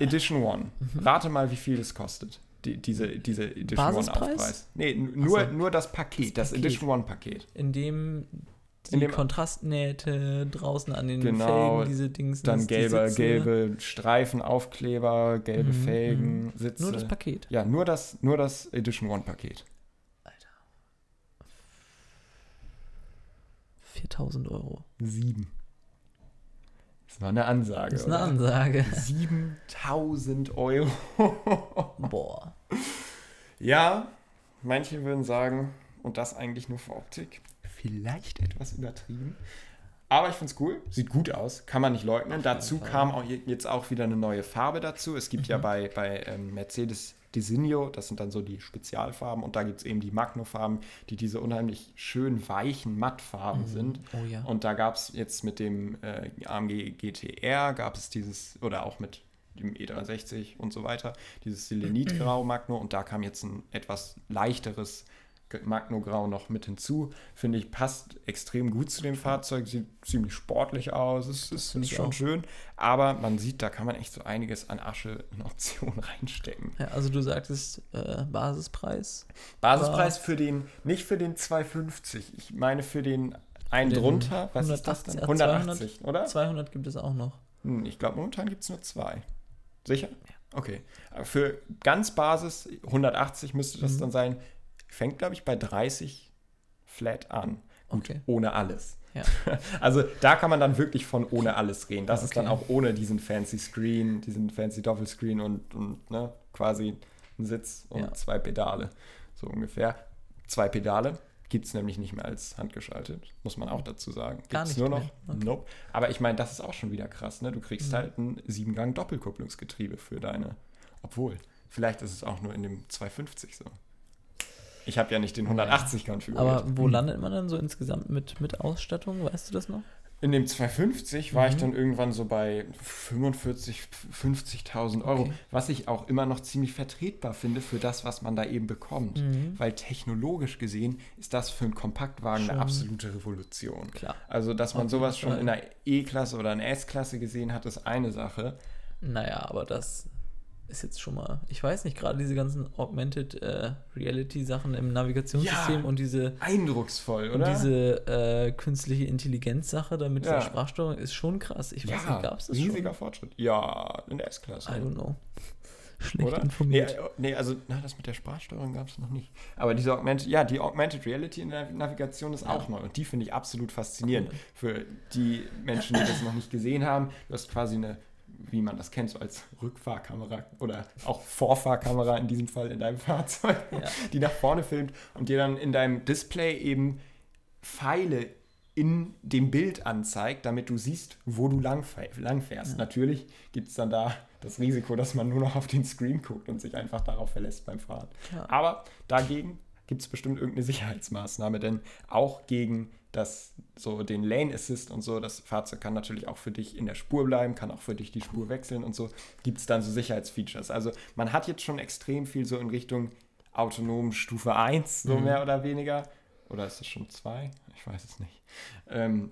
[SPEAKER 1] Edition One.
[SPEAKER 2] Mhm.
[SPEAKER 1] Rate mal, wie viel das kostet. Die, diese, diese Edition
[SPEAKER 2] Basispreis?
[SPEAKER 1] One Aufpreis. Nee, n- nur,
[SPEAKER 2] Ach so.
[SPEAKER 1] nur das Paket, das,
[SPEAKER 2] Das Paket.
[SPEAKER 1] Edition One-Paket.
[SPEAKER 2] In dem die
[SPEAKER 1] In dem-
[SPEAKER 2] Kontrastnähte draußen an den
[SPEAKER 1] Genau,
[SPEAKER 2] Felgen, diese Dings. ne?
[SPEAKER 1] Dann
[SPEAKER 2] die
[SPEAKER 1] gelbe,
[SPEAKER 2] Sitze.
[SPEAKER 1] gelbe Streifen, Aufkleber, gelbe
[SPEAKER 2] Mhm,
[SPEAKER 1] Felgen, Sitze.
[SPEAKER 2] Nur das Paket.
[SPEAKER 1] ja, nur das, nur das Edition One-Paket.
[SPEAKER 2] 4000 Euro.
[SPEAKER 1] Sieben. Das war eine Ansage.
[SPEAKER 2] Das ist eine
[SPEAKER 1] oder?
[SPEAKER 2] Ansage.
[SPEAKER 1] 7000 Euro.
[SPEAKER 2] Boah.
[SPEAKER 1] Ja, manche würden sagen, und das eigentlich nur für Optik, vielleicht etwas übertrieben. Aber ich finde es cool, sieht gut aus, kann man nicht leugnen. Dazu
[SPEAKER 2] Fall. Mhm.
[SPEAKER 1] kam auch je- jetzt auch wieder eine neue Farbe dazu. Es gibt ja bei, bei ähm, Mercedes Designo, das sind dann so die Spezialfarben, und da gibt es eben die Magno-Farben, die diese unheimlich schön weichen Mattfarben sind.
[SPEAKER 2] Oh ja.
[SPEAKER 1] Und da gab es jetzt mit dem äh, AMG GTR, gab es dieses, oder auch mit dem E63 und so weiter, dieses Selenitgrau Magno und da kam jetzt ein etwas leichteres G- Magno-Grau noch mit hinzu. Finde ich, passt extrem gut zu dem Fahrzeug, sieht ziemlich sportlich aus, es ist,
[SPEAKER 2] finde
[SPEAKER 1] ist
[SPEAKER 2] ich
[SPEAKER 1] schon
[SPEAKER 2] auch.
[SPEAKER 1] schön, aber man sieht, da kann man echt so einiges an Asche in Optionen reinstecken.
[SPEAKER 2] Ja, also du sagtest äh, Basispreis. Ah.
[SPEAKER 1] Basispreis für den, nicht für den 250, ich meine für den einen
[SPEAKER 2] Den
[SPEAKER 1] drunter, was ist das denn?
[SPEAKER 2] 180,
[SPEAKER 1] 180, oder?
[SPEAKER 2] 200 gibt es auch noch.
[SPEAKER 1] Hm, ich glaube, momentan gibt es nur zwei. Sicher? Okay. Aber Für ganz Basis, 180 müsste
[SPEAKER 2] Mhm.
[SPEAKER 1] das dann sein, fängt, glaube ich, bei 30 flat an.
[SPEAKER 2] Okay.
[SPEAKER 1] Ohne alles.
[SPEAKER 2] Ja.
[SPEAKER 1] Also da kann man dann wirklich von ohne alles reden. Das ist dann
[SPEAKER 2] Okay.
[SPEAKER 1] auch ohne diesen fancy Screen, diesen fancy Doppelscreen und, und ne, quasi ein Sitz und
[SPEAKER 2] Ja.
[SPEAKER 1] zwei Pedale. So ungefähr. Zwei Pedale gibt es nämlich nicht mehr als handgeschaltet, muss man auch dazu sagen. Gibt
[SPEAKER 2] Gar
[SPEAKER 1] es
[SPEAKER 2] nicht
[SPEAKER 1] nur
[SPEAKER 2] mehr.
[SPEAKER 1] noch.
[SPEAKER 2] Okay. Mhm.
[SPEAKER 1] Nope. Aber ich meine, das ist auch schon wieder krass, ne? Du kriegst halt ein siebengang Doppelkupplungsgetriebe für deine. Obwohl, vielleicht ist es auch nur in dem 250 so. Ich habe ja nicht den 180 konfiguriert.
[SPEAKER 2] Aber wo landet man dann so insgesamt mit, mit Ausstattung? Weißt du das noch?
[SPEAKER 1] In dem 250 war
[SPEAKER 2] Mhm.
[SPEAKER 1] ich dann irgendwann so bei 45, 50.000 Euro,
[SPEAKER 2] Okay.
[SPEAKER 1] was ich auch immer noch ziemlich vertretbar finde für das, was man da eben bekommt.
[SPEAKER 2] Mhm.
[SPEAKER 1] Weil technologisch gesehen ist das für einen Kompaktwagen eine
[SPEAKER 2] Schon.
[SPEAKER 1] absolute Revolution.
[SPEAKER 2] Klar.
[SPEAKER 1] Also, dass man
[SPEAKER 2] Auf
[SPEAKER 1] sowas
[SPEAKER 2] jeden
[SPEAKER 1] schon in einer E-Klasse oder einer S-Klasse gesehen hat, ist eine Sache.
[SPEAKER 2] Naja, aber das ist jetzt schon mal, ich weiß nicht, gerade diese ganzen Augmented äh, Reality Sachen im Navigationssystem
[SPEAKER 1] Ja.
[SPEAKER 2] und diese,
[SPEAKER 1] Eindrucksvoll,
[SPEAKER 2] und
[SPEAKER 1] oder?
[SPEAKER 2] diese äh, künstliche Intelligenz Sache da mit
[SPEAKER 1] Ja.
[SPEAKER 2] der Sprachsteuerung ist schon krass. Ich weiß
[SPEAKER 1] ja,
[SPEAKER 2] nicht, gab es das
[SPEAKER 1] riesiger
[SPEAKER 2] schon? Also
[SPEAKER 1] Fortschritt. Ja, in der
[SPEAKER 2] I
[SPEAKER 1] S-Klasse.
[SPEAKER 2] don't know. Schlecht
[SPEAKER 1] Oder? Nee,
[SPEAKER 2] informiert.
[SPEAKER 1] äh, nee, also na, das mit der Sprachsteuerung gab es noch nicht. Aber diese Augmented, ja, die Augmented Reality in der Navigation ist auch neu. Und die finde ich absolut faszinierend. Für die Menschen, die das noch nicht gesehen haben, du hast quasi eine, wie man das kennt, so als Rückfahrkamera oder auch Vorfahrkamera in diesem Fall in deinem Fahrzeug,
[SPEAKER 2] Ja.
[SPEAKER 1] die nach vorne filmt und dir dann in deinem Display eben Pfeile in dem Bild anzeigt, damit du siehst, wo du langfäh- langfährst. Natürlich gibt es dann da das Risiko, dass man nur noch auf den Screen guckt und sich einfach darauf verlässt beim Fahren.
[SPEAKER 2] Ja.
[SPEAKER 1] Aber dagegen gibt es bestimmt irgendeine Sicherheitsmaßnahme, denn auch gegen das, so den Lane Assist und so, das Fahrzeug kann natürlich auch für dich in der Spur bleiben, kann auch für dich die Spur wechseln und so, gibt es dann so Sicherheitsfeatures. Also man hat jetzt schon extrem viel so in Richtung autonom Stufe 1, so mehr oder weniger. Oder ist es schon 2? Ich weiß es nicht. Ähm,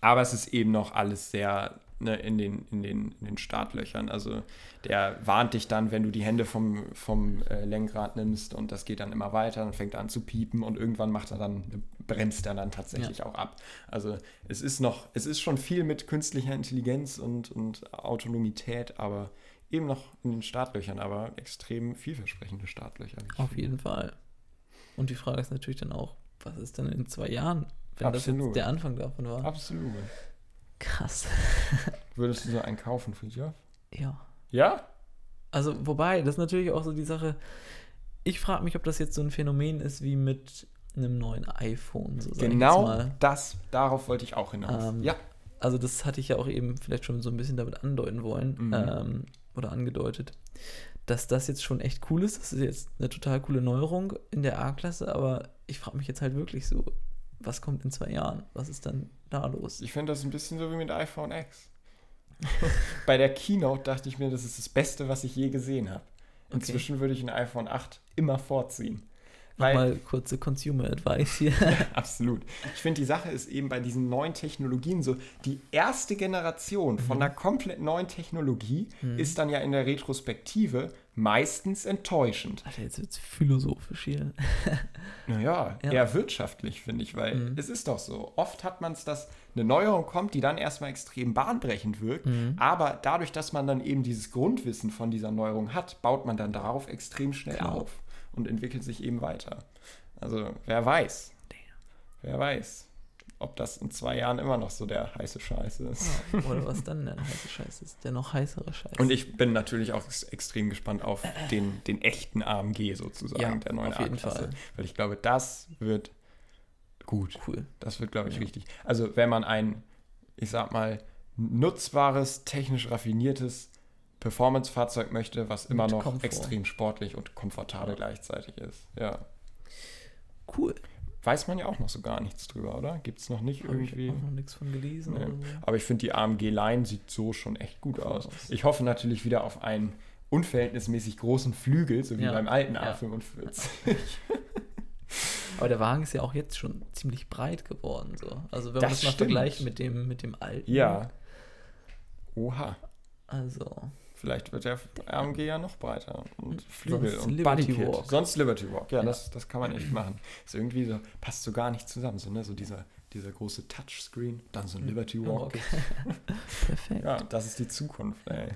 [SPEAKER 1] aber es ist eben noch alles sehr ne, in, den, in, den, in den Startlöchern. Also der warnt dich dann, wenn du die Hände vom, vom äh, Lenkrad nimmst und das geht dann immer weiter und fängt an zu piepen und irgendwann macht er dann, bremst er dann tatsächlich auch ab. Also es ist noch, es ist schon viel mit künstlicher Intelligenz und, und Autonomität, aber eben noch in den Startlöchern, aber extrem vielversprechende Startlöcher. wie ich
[SPEAKER 2] Auf
[SPEAKER 1] finde.
[SPEAKER 2] jeden Fall. Und die Frage ist natürlich dann auch, was ist denn in zwei Jahren, wenn das
[SPEAKER 1] Absolut.
[SPEAKER 2] jetzt der Anfang davon war?
[SPEAKER 1] Absolut.
[SPEAKER 2] Krass.
[SPEAKER 1] Würdest du so einen kaufen, Friedhof?
[SPEAKER 2] Ja.
[SPEAKER 1] Ja?
[SPEAKER 2] Also, wobei, das ist natürlich auch so die Sache. Ich frage mich, ob das jetzt so ein Phänomen ist wie mit einem neuen iPhone. So sag ich jetzt
[SPEAKER 1] Genau
[SPEAKER 2] mal.
[SPEAKER 1] das, darauf wollte ich auch hinaus.
[SPEAKER 2] Ähm,
[SPEAKER 1] ja.
[SPEAKER 2] Also, das hatte ich ja auch eben vielleicht schon so ein bisschen damit andeuten wollen
[SPEAKER 1] Mhm.
[SPEAKER 2] ähm, oder angedeutet, dass das jetzt schon echt cool ist. Das ist jetzt eine total coole Neuerung in der A-Klasse, aber ich frage mich jetzt halt wirklich so, was kommt in zwei Jahren? Was ist dann da los?
[SPEAKER 1] Ich finde das ein bisschen so wie mit iPhone X. Bei der Keynote dachte ich mir, das ist das Beste, was ich je gesehen habe. Inzwischen würde ich ein iPhone 8 immer vorziehen. Weil,
[SPEAKER 2] Mal kurze Consumer Advice hier.
[SPEAKER 1] absolut. Ich finde, die Sache ist eben bei diesen neuen Technologien so, die erste Generation
[SPEAKER 2] Mhm.
[SPEAKER 1] von einer komplett neuen Technologie ist dann ja in der Retrospektive meistens enttäuschend.
[SPEAKER 2] Alter, jetzt wird's philosophisch hier.
[SPEAKER 1] Naja,
[SPEAKER 2] Ja. Mhm.
[SPEAKER 1] eher wirtschaftlich, finde ich, weil es ist doch so. Oft hat man es, dass eine Neuerung kommt, die dann erstmal extrem bahnbrechend wirkt,
[SPEAKER 2] Mhm.
[SPEAKER 1] aber dadurch, dass man dann eben dieses Grundwissen von dieser Neuerung hat, baut man dann darauf extrem schnell
[SPEAKER 2] Klar.
[SPEAKER 1] auf und entwickelt sich eben weiter. Also, wer weiß. Wer weiß, ob das in zwei Jahren immer noch so der heiße Scheiß ist.
[SPEAKER 2] Ja, Oder was dann der heiße Scheiß ist. Der noch heißere Scheiß.
[SPEAKER 1] Und ich bin natürlich auch ex- extrem gespannt auf den, den echten AMG sozusagen,
[SPEAKER 2] Ja,
[SPEAKER 1] der neuen
[SPEAKER 2] auf jeden
[SPEAKER 1] A-Klasse.
[SPEAKER 2] Fall.
[SPEAKER 1] Weil ich glaube, das wird gut.
[SPEAKER 2] cool.
[SPEAKER 1] Das wird, glaube ich, richtig. Also, wenn man ein, ich sag mal, nutzbares, technisch raffiniertes Performance-Fahrzeug möchte, was immer
[SPEAKER 2] Mit
[SPEAKER 1] noch
[SPEAKER 2] Komfort.
[SPEAKER 1] extrem sportlich und komfortabel gleichzeitig ist. Ja.
[SPEAKER 2] Cool.
[SPEAKER 1] Weiß man ja auch noch so gar nichts drüber, oder? Gibt es noch nicht
[SPEAKER 2] Habe ich
[SPEAKER 1] irgendwie.
[SPEAKER 2] auch noch nichts von gelesen
[SPEAKER 1] Nee.
[SPEAKER 2] oder so.
[SPEAKER 1] Aber ich finde, die AMG-Line sieht so schon echt gut aus.
[SPEAKER 2] aus.
[SPEAKER 1] Ich hoffe natürlich wieder auf einen unverhältnismäßig großen Flügel, so wie
[SPEAKER 2] Ja.
[SPEAKER 1] beim alten
[SPEAKER 2] Ja.
[SPEAKER 1] A45.
[SPEAKER 2] Aber der Wagen ist ja auch jetzt schon ziemlich breit geworden. So. Also wenn man
[SPEAKER 1] Das
[SPEAKER 2] das mal
[SPEAKER 1] stimmt.
[SPEAKER 2] vergleicht mit dem, mit dem alten.
[SPEAKER 1] Ja. Oha.
[SPEAKER 2] Also,
[SPEAKER 1] Vielleicht wird der AMG ja noch breiter und Flügel
[SPEAKER 2] Sonst
[SPEAKER 1] und
[SPEAKER 2] Liberty
[SPEAKER 1] Bodykit.
[SPEAKER 2] Walk.
[SPEAKER 1] Sonst Liberty Walk. Ja,
[SPEAKER 2] Ja.
[SPEAKER 1] Das, das kann man echt machen. Ist irgendwie so, passt so gar nicht zusammen. So, ne? so dieser, dieser große Touchscreen, dann so ein Liberty Walk.
[SPEAKER 2] Hm. Oh, okay. perfekt.
[SPEAKER 1] Ja, das ist die Zukunft, ey.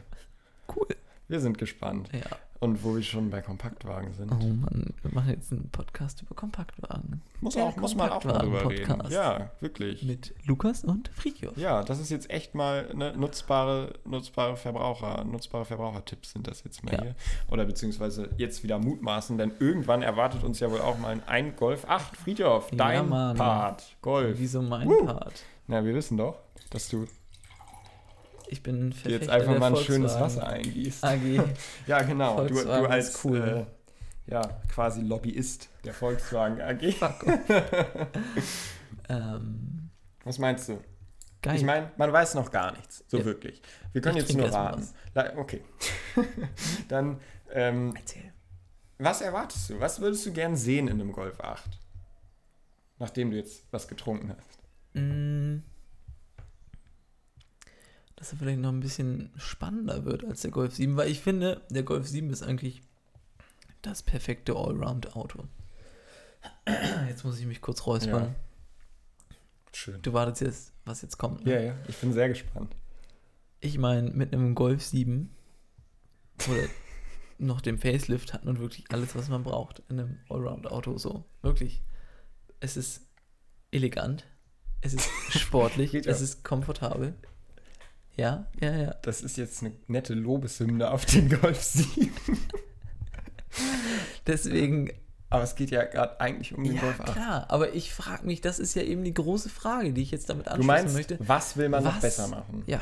[SPEAKER 2] Cool.
[SPEAKER 1] Wir sind gespannt.
[SPEAKER 2] Ja.
[SPEAKER 1] Und wo wir schon bei Kompaktwagen sind,
[SPEAKER 2] Oh Mann, wir machen jetzt einen Podcast über Kompaktwagen.
[SPEAKER 1] muss,
[SPEAKER 2] Der
[SPEAKER 1] auch, muss man auch mal drüber reden.
[SPEAKER 2] Kompaktwagen-Podcast.
[SPEAKER 1] Ja, wirklich.
[SPEAKER 2] Mit Lukas und Frikio.
[SPEAKER 1] Ja, das ist jetzt echt mal ne, nutzbare, nutzbare Verbraucher, nutzbare Verbrauchertipps sind das jetzt mal
[SPEAKER 2] Ja.
[SPEAKER 1] hier. Oder beziehungsweise jetzt wieder mutmaßen, denn irgendwann erwartet uns ja wohl auch mal ein, ein Golf 8 Friedhof,
[SPEAKER 2] Ja,
[SPEAKER 1] dein
[SPEAKER 2] Mann.
[SPEAKER 1] Part. Golf.
[SPEAKER 2] Wieso mein
[SPEAKER 1] Woo.
[SPEAKER 2] Part?
[SPEAKER 1] Na, wir wissen doch, dass du
[SPEAKER 2] Ich
[SPEAKER 1] dir
[SPEAKER 2] bin
[SPEAKER 1] jetzt
[SPEAKER 2] Verfechter
[SPEAKER 1] einfach
[SPEAKER 2] der
[SPEAKER 1] mal ein schönes
[SPEAKER 2] Volkswagen
[SPEAKER 1] Wasser eingießt.
[SPEAKER 2] AG.
[SPEAKER 1] Ja, genau. Du, du
[SPEAKER 2] Volkswagen
[SPEAKER 1] als
[SPEAKER 2] ist cool. ne?
[SPEAKER 1] äh, ja, quasi Lobbyist der Volkswagen AG.
[SPEAKER 2] ähm,
[SPEAKER 1] Was meinst du?
[SPEAKER 2] geil.
[SPEAKER 1] Ich meine, man weiß noch gar nichts, so
[SPEAKER 2] Ja.
[SPEAKER 1] wirklich. Wir können
[SPEAKER 2] Ich
[SPEAKER 1] jetzt
[SPEAKER 2] trinke
[SPEAKER 1] nur
[SPEAKER 2] erst mal
[SPEAKER 1] raten. Le- Okay. Dann ähm,
[SPEAKER 2] Erzähl.
[SPEAKER 1] Was erwartest du? Was würdest du gern sehen in einem Golf 8? Nachdem du jetzt was getrunken hast.
[SPEAKER 2] Mm. dass er vielleicht noch ein bisschen spannender wird als der Golf 7, weil ich finde, der Golf 7 ist eigentlich das perfekte Allround-Auto. Jetzt muss ich mich kurz räuspern.
[SPEAKER 1] Schön.
[SPEAKER 2] Du wartest jetzt, was jetzt kommt. ne?
[SPEAKER 1] Ja, ja, ich bin sehr gespannt.
[SPEAKER 2] Ich meine, mit einem Golf 7 oder noch dem Facelift hat man wirklich alles, was man braucht in einem Allround-Auto. So, wirklich. Es ist elegant, es ist sportlich,
[SPEAKER 1] Geht
[SPEAKER 2] es
[SPEAKER 1] ja.
[SPEAKER 2] ist komfortabel. Ja, ja, ja.
[SPEAKER 1] Das ist jetzt eine nette Lobeshymne auf den Golf 7.
[SPEAKER 2] Deswegen,
[SPEAKER 1] Aber es geht ja gerade eigentlich um den
[SPEAKER 2] ja,
[SPEAKER 1] Golf 8.
[SPEAKER 2] klar. Aber ich frage mich, das ist ja eben die große Frage, die ich jetzt damit
[SPEAKER 1] Du
[SPEAKER 2] anschließen
[SPEAKER 1] meinst,
[SPEAKER 2] möchte.
[SPEAKER 1] was will man noch
[SPEAKER 2] Was-
[SPEAKER 1] besser machen?
[SPEAKER 2] Ja,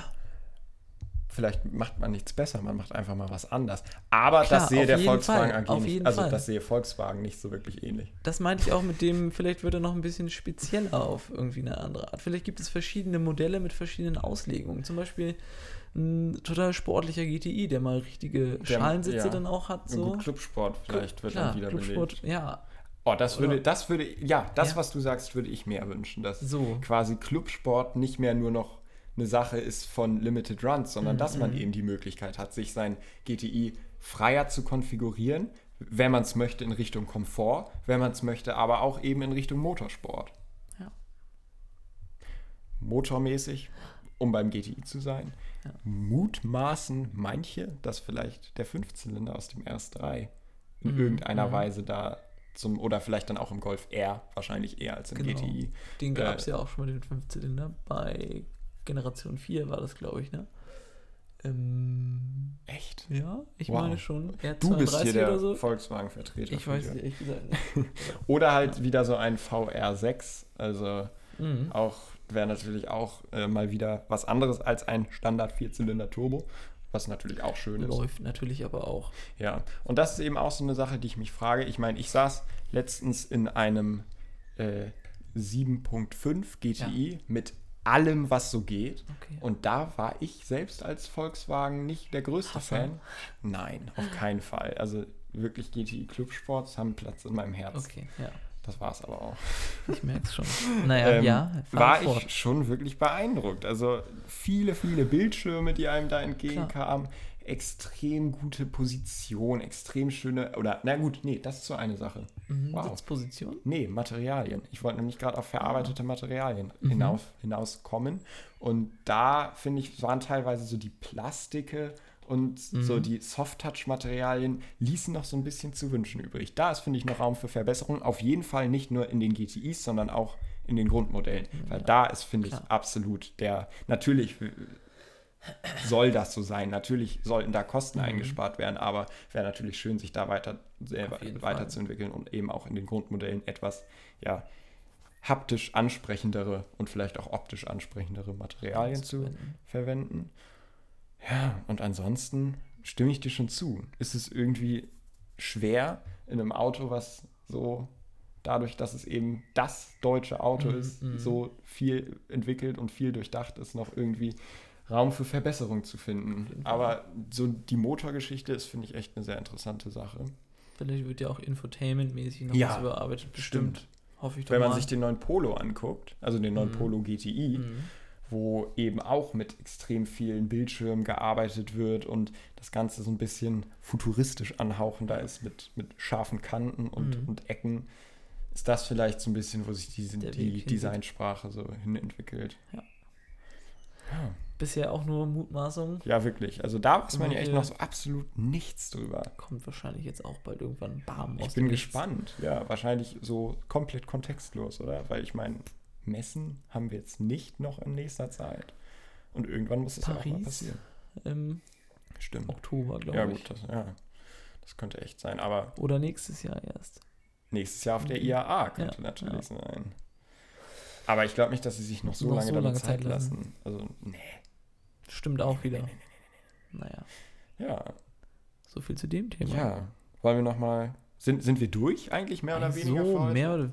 [SPEAKER 1] Vielleicht macht man nichts besser, man macht einfach mal was anders. Aber
[SPEAKER 2] Klar,
[SPEAKER 1] das sehe
[SPEAKER 2] auf
[SPEAKER 1] der
[SPEAKER 2] jeden
[SPEAKER 1] Volkswagen
[SPEAKER 2] Fall,
[SPEAKER 1] AG
[SPEAKER 2] auf
[SPEAKER 1] nicht.
[SPEAKER 2] jeden
[SPEAKER 1] also
[SPEAKER 2] Fall.
[SPEAKER 1] das sehe Volkswagen nicht so wirklich ähnlich.
[SPEAKER 2] das meinte ich auch mit dem, vielleicht wird er noch ein bisschen spezieller auf irgendwie eine andere Art. Vielleicht gibt es verschiedene Modelle mit verschiedenen Auslegungen. Zum Beispiel ein total sportlicher GTI, der mal richtige Schalensitze
[SPEAKER 1] ja.
[SPEAKER 2] dann auch hat. So.
[SPEAKER 1] Gut, Clubsport vielleicht wird
[SPEAKER 2] Klar,
[SPEAKER 1] dann wieder
[SPEAKER 2] Clubsport,
[SPEAKER 1] belegt.
[SPEAKER 2] ja.
[SPEAKER 1] Oh, das würde,
[SPEAKER 2] Oder-
[SPEAKER 1] das würde, ja, das,
[SPEAKER 2] Ja.
[SPEAKER 1] was du sagst, würde ich mir wünschen, dass
[SPEAKER 2] So.
[SPEAKER 1] quasi Clubsport nicht mehr nur noch eine Sache ist von Limited Runs, sondern
[SPEAKER 2] Mhm,
[SPEAKER 1] dass man eben die Möglichkeit hat, sich sein GTI freier zu konfigurieren, wenn man es möchte in Richtung Komfort, wenn man es möchte, aber auch eben in Richtung Motorsport.
[SPEAKER 2] Ja.
[SPEAKER 1] Motormäßig, um beim GTI zu sein.
[SPEAKER 2] Ja.
[SPEAKER 1] Mutmaßen manche, dass vielleicht der Fünfzylinder aus dem RS3 in
[SPEAKER 2] Mhm.
[SPEAKER 1] irgendeiner Weise da zum, oder vielleicht dann auch im Golf R, wahrscheinlich eher als im
[SPEAKER 2] Genau.
[SPEAKER 1] GTI.
[SPEAKER 2] Den
[SPEAKER 1] Äh,
[SPEAKER 2] gab es ja auch schon mal, den Fünfzylinder. Bei Generation 4 war das, glaube ich, ne? Ähm,
[SPEAKER 1] Echt?
[SPEAKER 2] ja, ich
[SPEAKER 1] Wow.
[SPEAKER 2] meine schon.
[SPEAKER 1] Du bist hier
[SPEAKER 2] R32
[SPEAKER 1] der
[SPEAKER 2] oder so.
[SPEAKER 1] Volkswagen-Vertreter.
[SPEAKER 2] Ich
[SPEAKER 1] von
[SPEAKER 2] weiß
[SPEAKER 1] dir.
[SPEAKER 2] es ehrlich gesagt nicht.
[SPEAKER 1] Oder halt wieder so ein VR6. Also
[SPEAKER 2] Mhm.
[SPEAKER 1] auch wäre natürlich auch äh, mal wieder was anderes als ein Standard Vierzylinder Turbo, was natürlich auch schön ist.
[SPEAKER 2] Läuft natürlich aber auch.
[SPEAKER 1] Ja, und das ist eben auch so eine Sache, die ich mich frage. Ich meine, ich saß letztens in einem äh, 7.5 GTI mit allem, was so geht.
[SPEAKER 2] Okay.
[SPEAKER 1] Und da war ich selbst als Volkswagen nicht der größte
[SPEAKER 2] Hasser.
[SPEAKER 1] Fan. Nein, auf keinen Fall. Also wirklich GTI Clubsports haben Platz in meinem Herz.
[SPEAKER 2] Okay, ja.
[SPEAKER 1] Das war es aber auch.
[SPEAKER 2] Ich merke es schon. Naja,
[SPEAKER 1] Ähm,
[SPEAKER 2] Äh, ja. fahr
[SPEAKER 1] war
[SPEAKER 2] fort.
[SPEAKER 1] ich schon wirklich beeindruckt. Also viele, viele Bildschirme, die einem da entgegenkamen. Extrem gute Position, extrem schöne, oder na gut, nee, das ist so eine Sache.
[SPEAKER 2] Mhm,
[SPEAKER 1] wow.
[SPEAKER 2] Sitzposition?
[SPEAKER 1] Nee, Materialien. Ich wollte nämlich gerade auf verarbeitete Materialien hinauf, hinauskommen. Und da, finde ich, waren teilweise so die Plastike und so die Soft-Touch-Materialien ließen noch so ein bisschen zu wünschen übrig. Da ist, finde ich, noch Raum für Verbesserung. Auf jeden Fall nicht nur in den GTIs, sondern auch in den Grundmodellen. Weil da ist, finde ich,
[SPEAKER 2] klar.
[SPEAKER 1] absolut der, natürlich äh, soll das so sein. Natürlich sollten da
[SPEAKER 2] Mhm.
[SPEAKER 1] Kosten eingespart werden, aber wäre natürlich schön, sich da weiter selber
[SPEAKER 2] Auf jeden Fall.
[SPEAKER 1] weiterzuentwickeln und eben auch in den Grundmodellen etwas ja, haptisch ansprechendere und vielleicht auch optisch ansprechendere Materialien zu verwenden. Ja, und ansonsten stimme ich dir schon zu. Ist es irgendwie schwer in einem Auto, was so dadurch, dass es eben das deutsche Auto ist, so viel entwickelt und viel durchdacht ist, noch irgendwie Raum für Verbesserung zu finden. Aber so die Motorgeschichte ist, finde ich, echt eine sehr interessante Sache.
[SPEAKER 2] Vielleicht wird ja auch Infotainment-mäßig noch
[SPEAKER 1] Ja,
[SPEAKER 2] was überarbeitet. Bestimmt. Hoffe ich doch
[SPEAKER 1] Wenn man
[SPEAKER 2] mal.
[SPEAKER 1] sich den neuen Polo anguckt, also den neuen Polo E,
[SPEAKER 2] Mhm.
[SPEAKER 1] GTI, wo eben auch mit extrem vielen Bildschirmen gearbeitet wird und das Ganze so ein bisschen futuristisch anhauchender ist mit, mit scharfen Kanten und,
[SPEAKER 2] Mhm.
[SPEAKER 1] und Ecken, ist das vielleicht so ein bisschen, wo sich diese,
[SPEAKER 2] Der Weg
[SPEAKER 1] die
[SPEAKER 2] hingeht.
[SPEAKER 1] Designsprache so hin entwickelt.
[SPEAKER 2] Bisher auch nur Mutmaßungen.
[SPEAKER 1] Ja, wirklich. Also da weiß man ja echt
[SPEAKER 2] Irgendwelche-
[SPEAKER 1] noch so absolut nichts drüber.
[SPEAKER 2] Kommt wahrscheinlich jetzt auch bald irgendwann Bam
[SPEAKER 1] Ich
[SPEAKER 2] aus
[SPEAKER 1] bin
[SPEAKER 2] dem Nichts.
[SPEAKER 1] gespannt. Ja, wahrscheinlich so komplett kontextlos, oder? Weil ich meine, Messen haben wir jetzt nicht noch in nächster Zeit. Und irgendwann muss es ja auch mal
[SPEAKER 2] Paris?
[SPEAKER 1] passieren.
[SPEAKER 2] Im
[SPEAKER 1] Stimmt.
[SPEAKER 2] Oktober, glaube
[SPEAKER 1] Ja,
[SPEAKER 2] ich.
[SPEAKER 1] gut, das, ja. das könnte echt sein. Aber
[SPEAKER 2] Oder nächstes Jahr erst.
[SPEAKER 1] nächstes Jahr auf der IAA könnte
[SPEAKER 2] Mhm. Ja,
[SPEAKER 1] natürlich sein. Aber ich glaube nicht, dass sie sich noch so
[SPEAKER 2] Noch
[SPEAKER 1] lange
[SPEAKER 2] so
[SPEAKER 1] damit
[SPEAKER 2] lange
[SPEAKER 1] Zeit
[SPEAKER 2] Zeit lassen.
[SPEAKER 1] lassen. Also, nee.
[SPEAKER 2] Stimmt auch wieder. Naja,
[SPEAKER 1] Ja,
[SPEAKER 2] so viel zu dem Thema.
[SPEAKER 1] ja. Wollen wir nochmal. Sind, sind wir durch eigentlich mehr oder
[SPEAKER 2] Ey,
[SPEAKER 1] weniger? für
[SPEAKER 2] so,
[SPEAKER 1] heute?
[SPEAKER 2] Also, mehr oder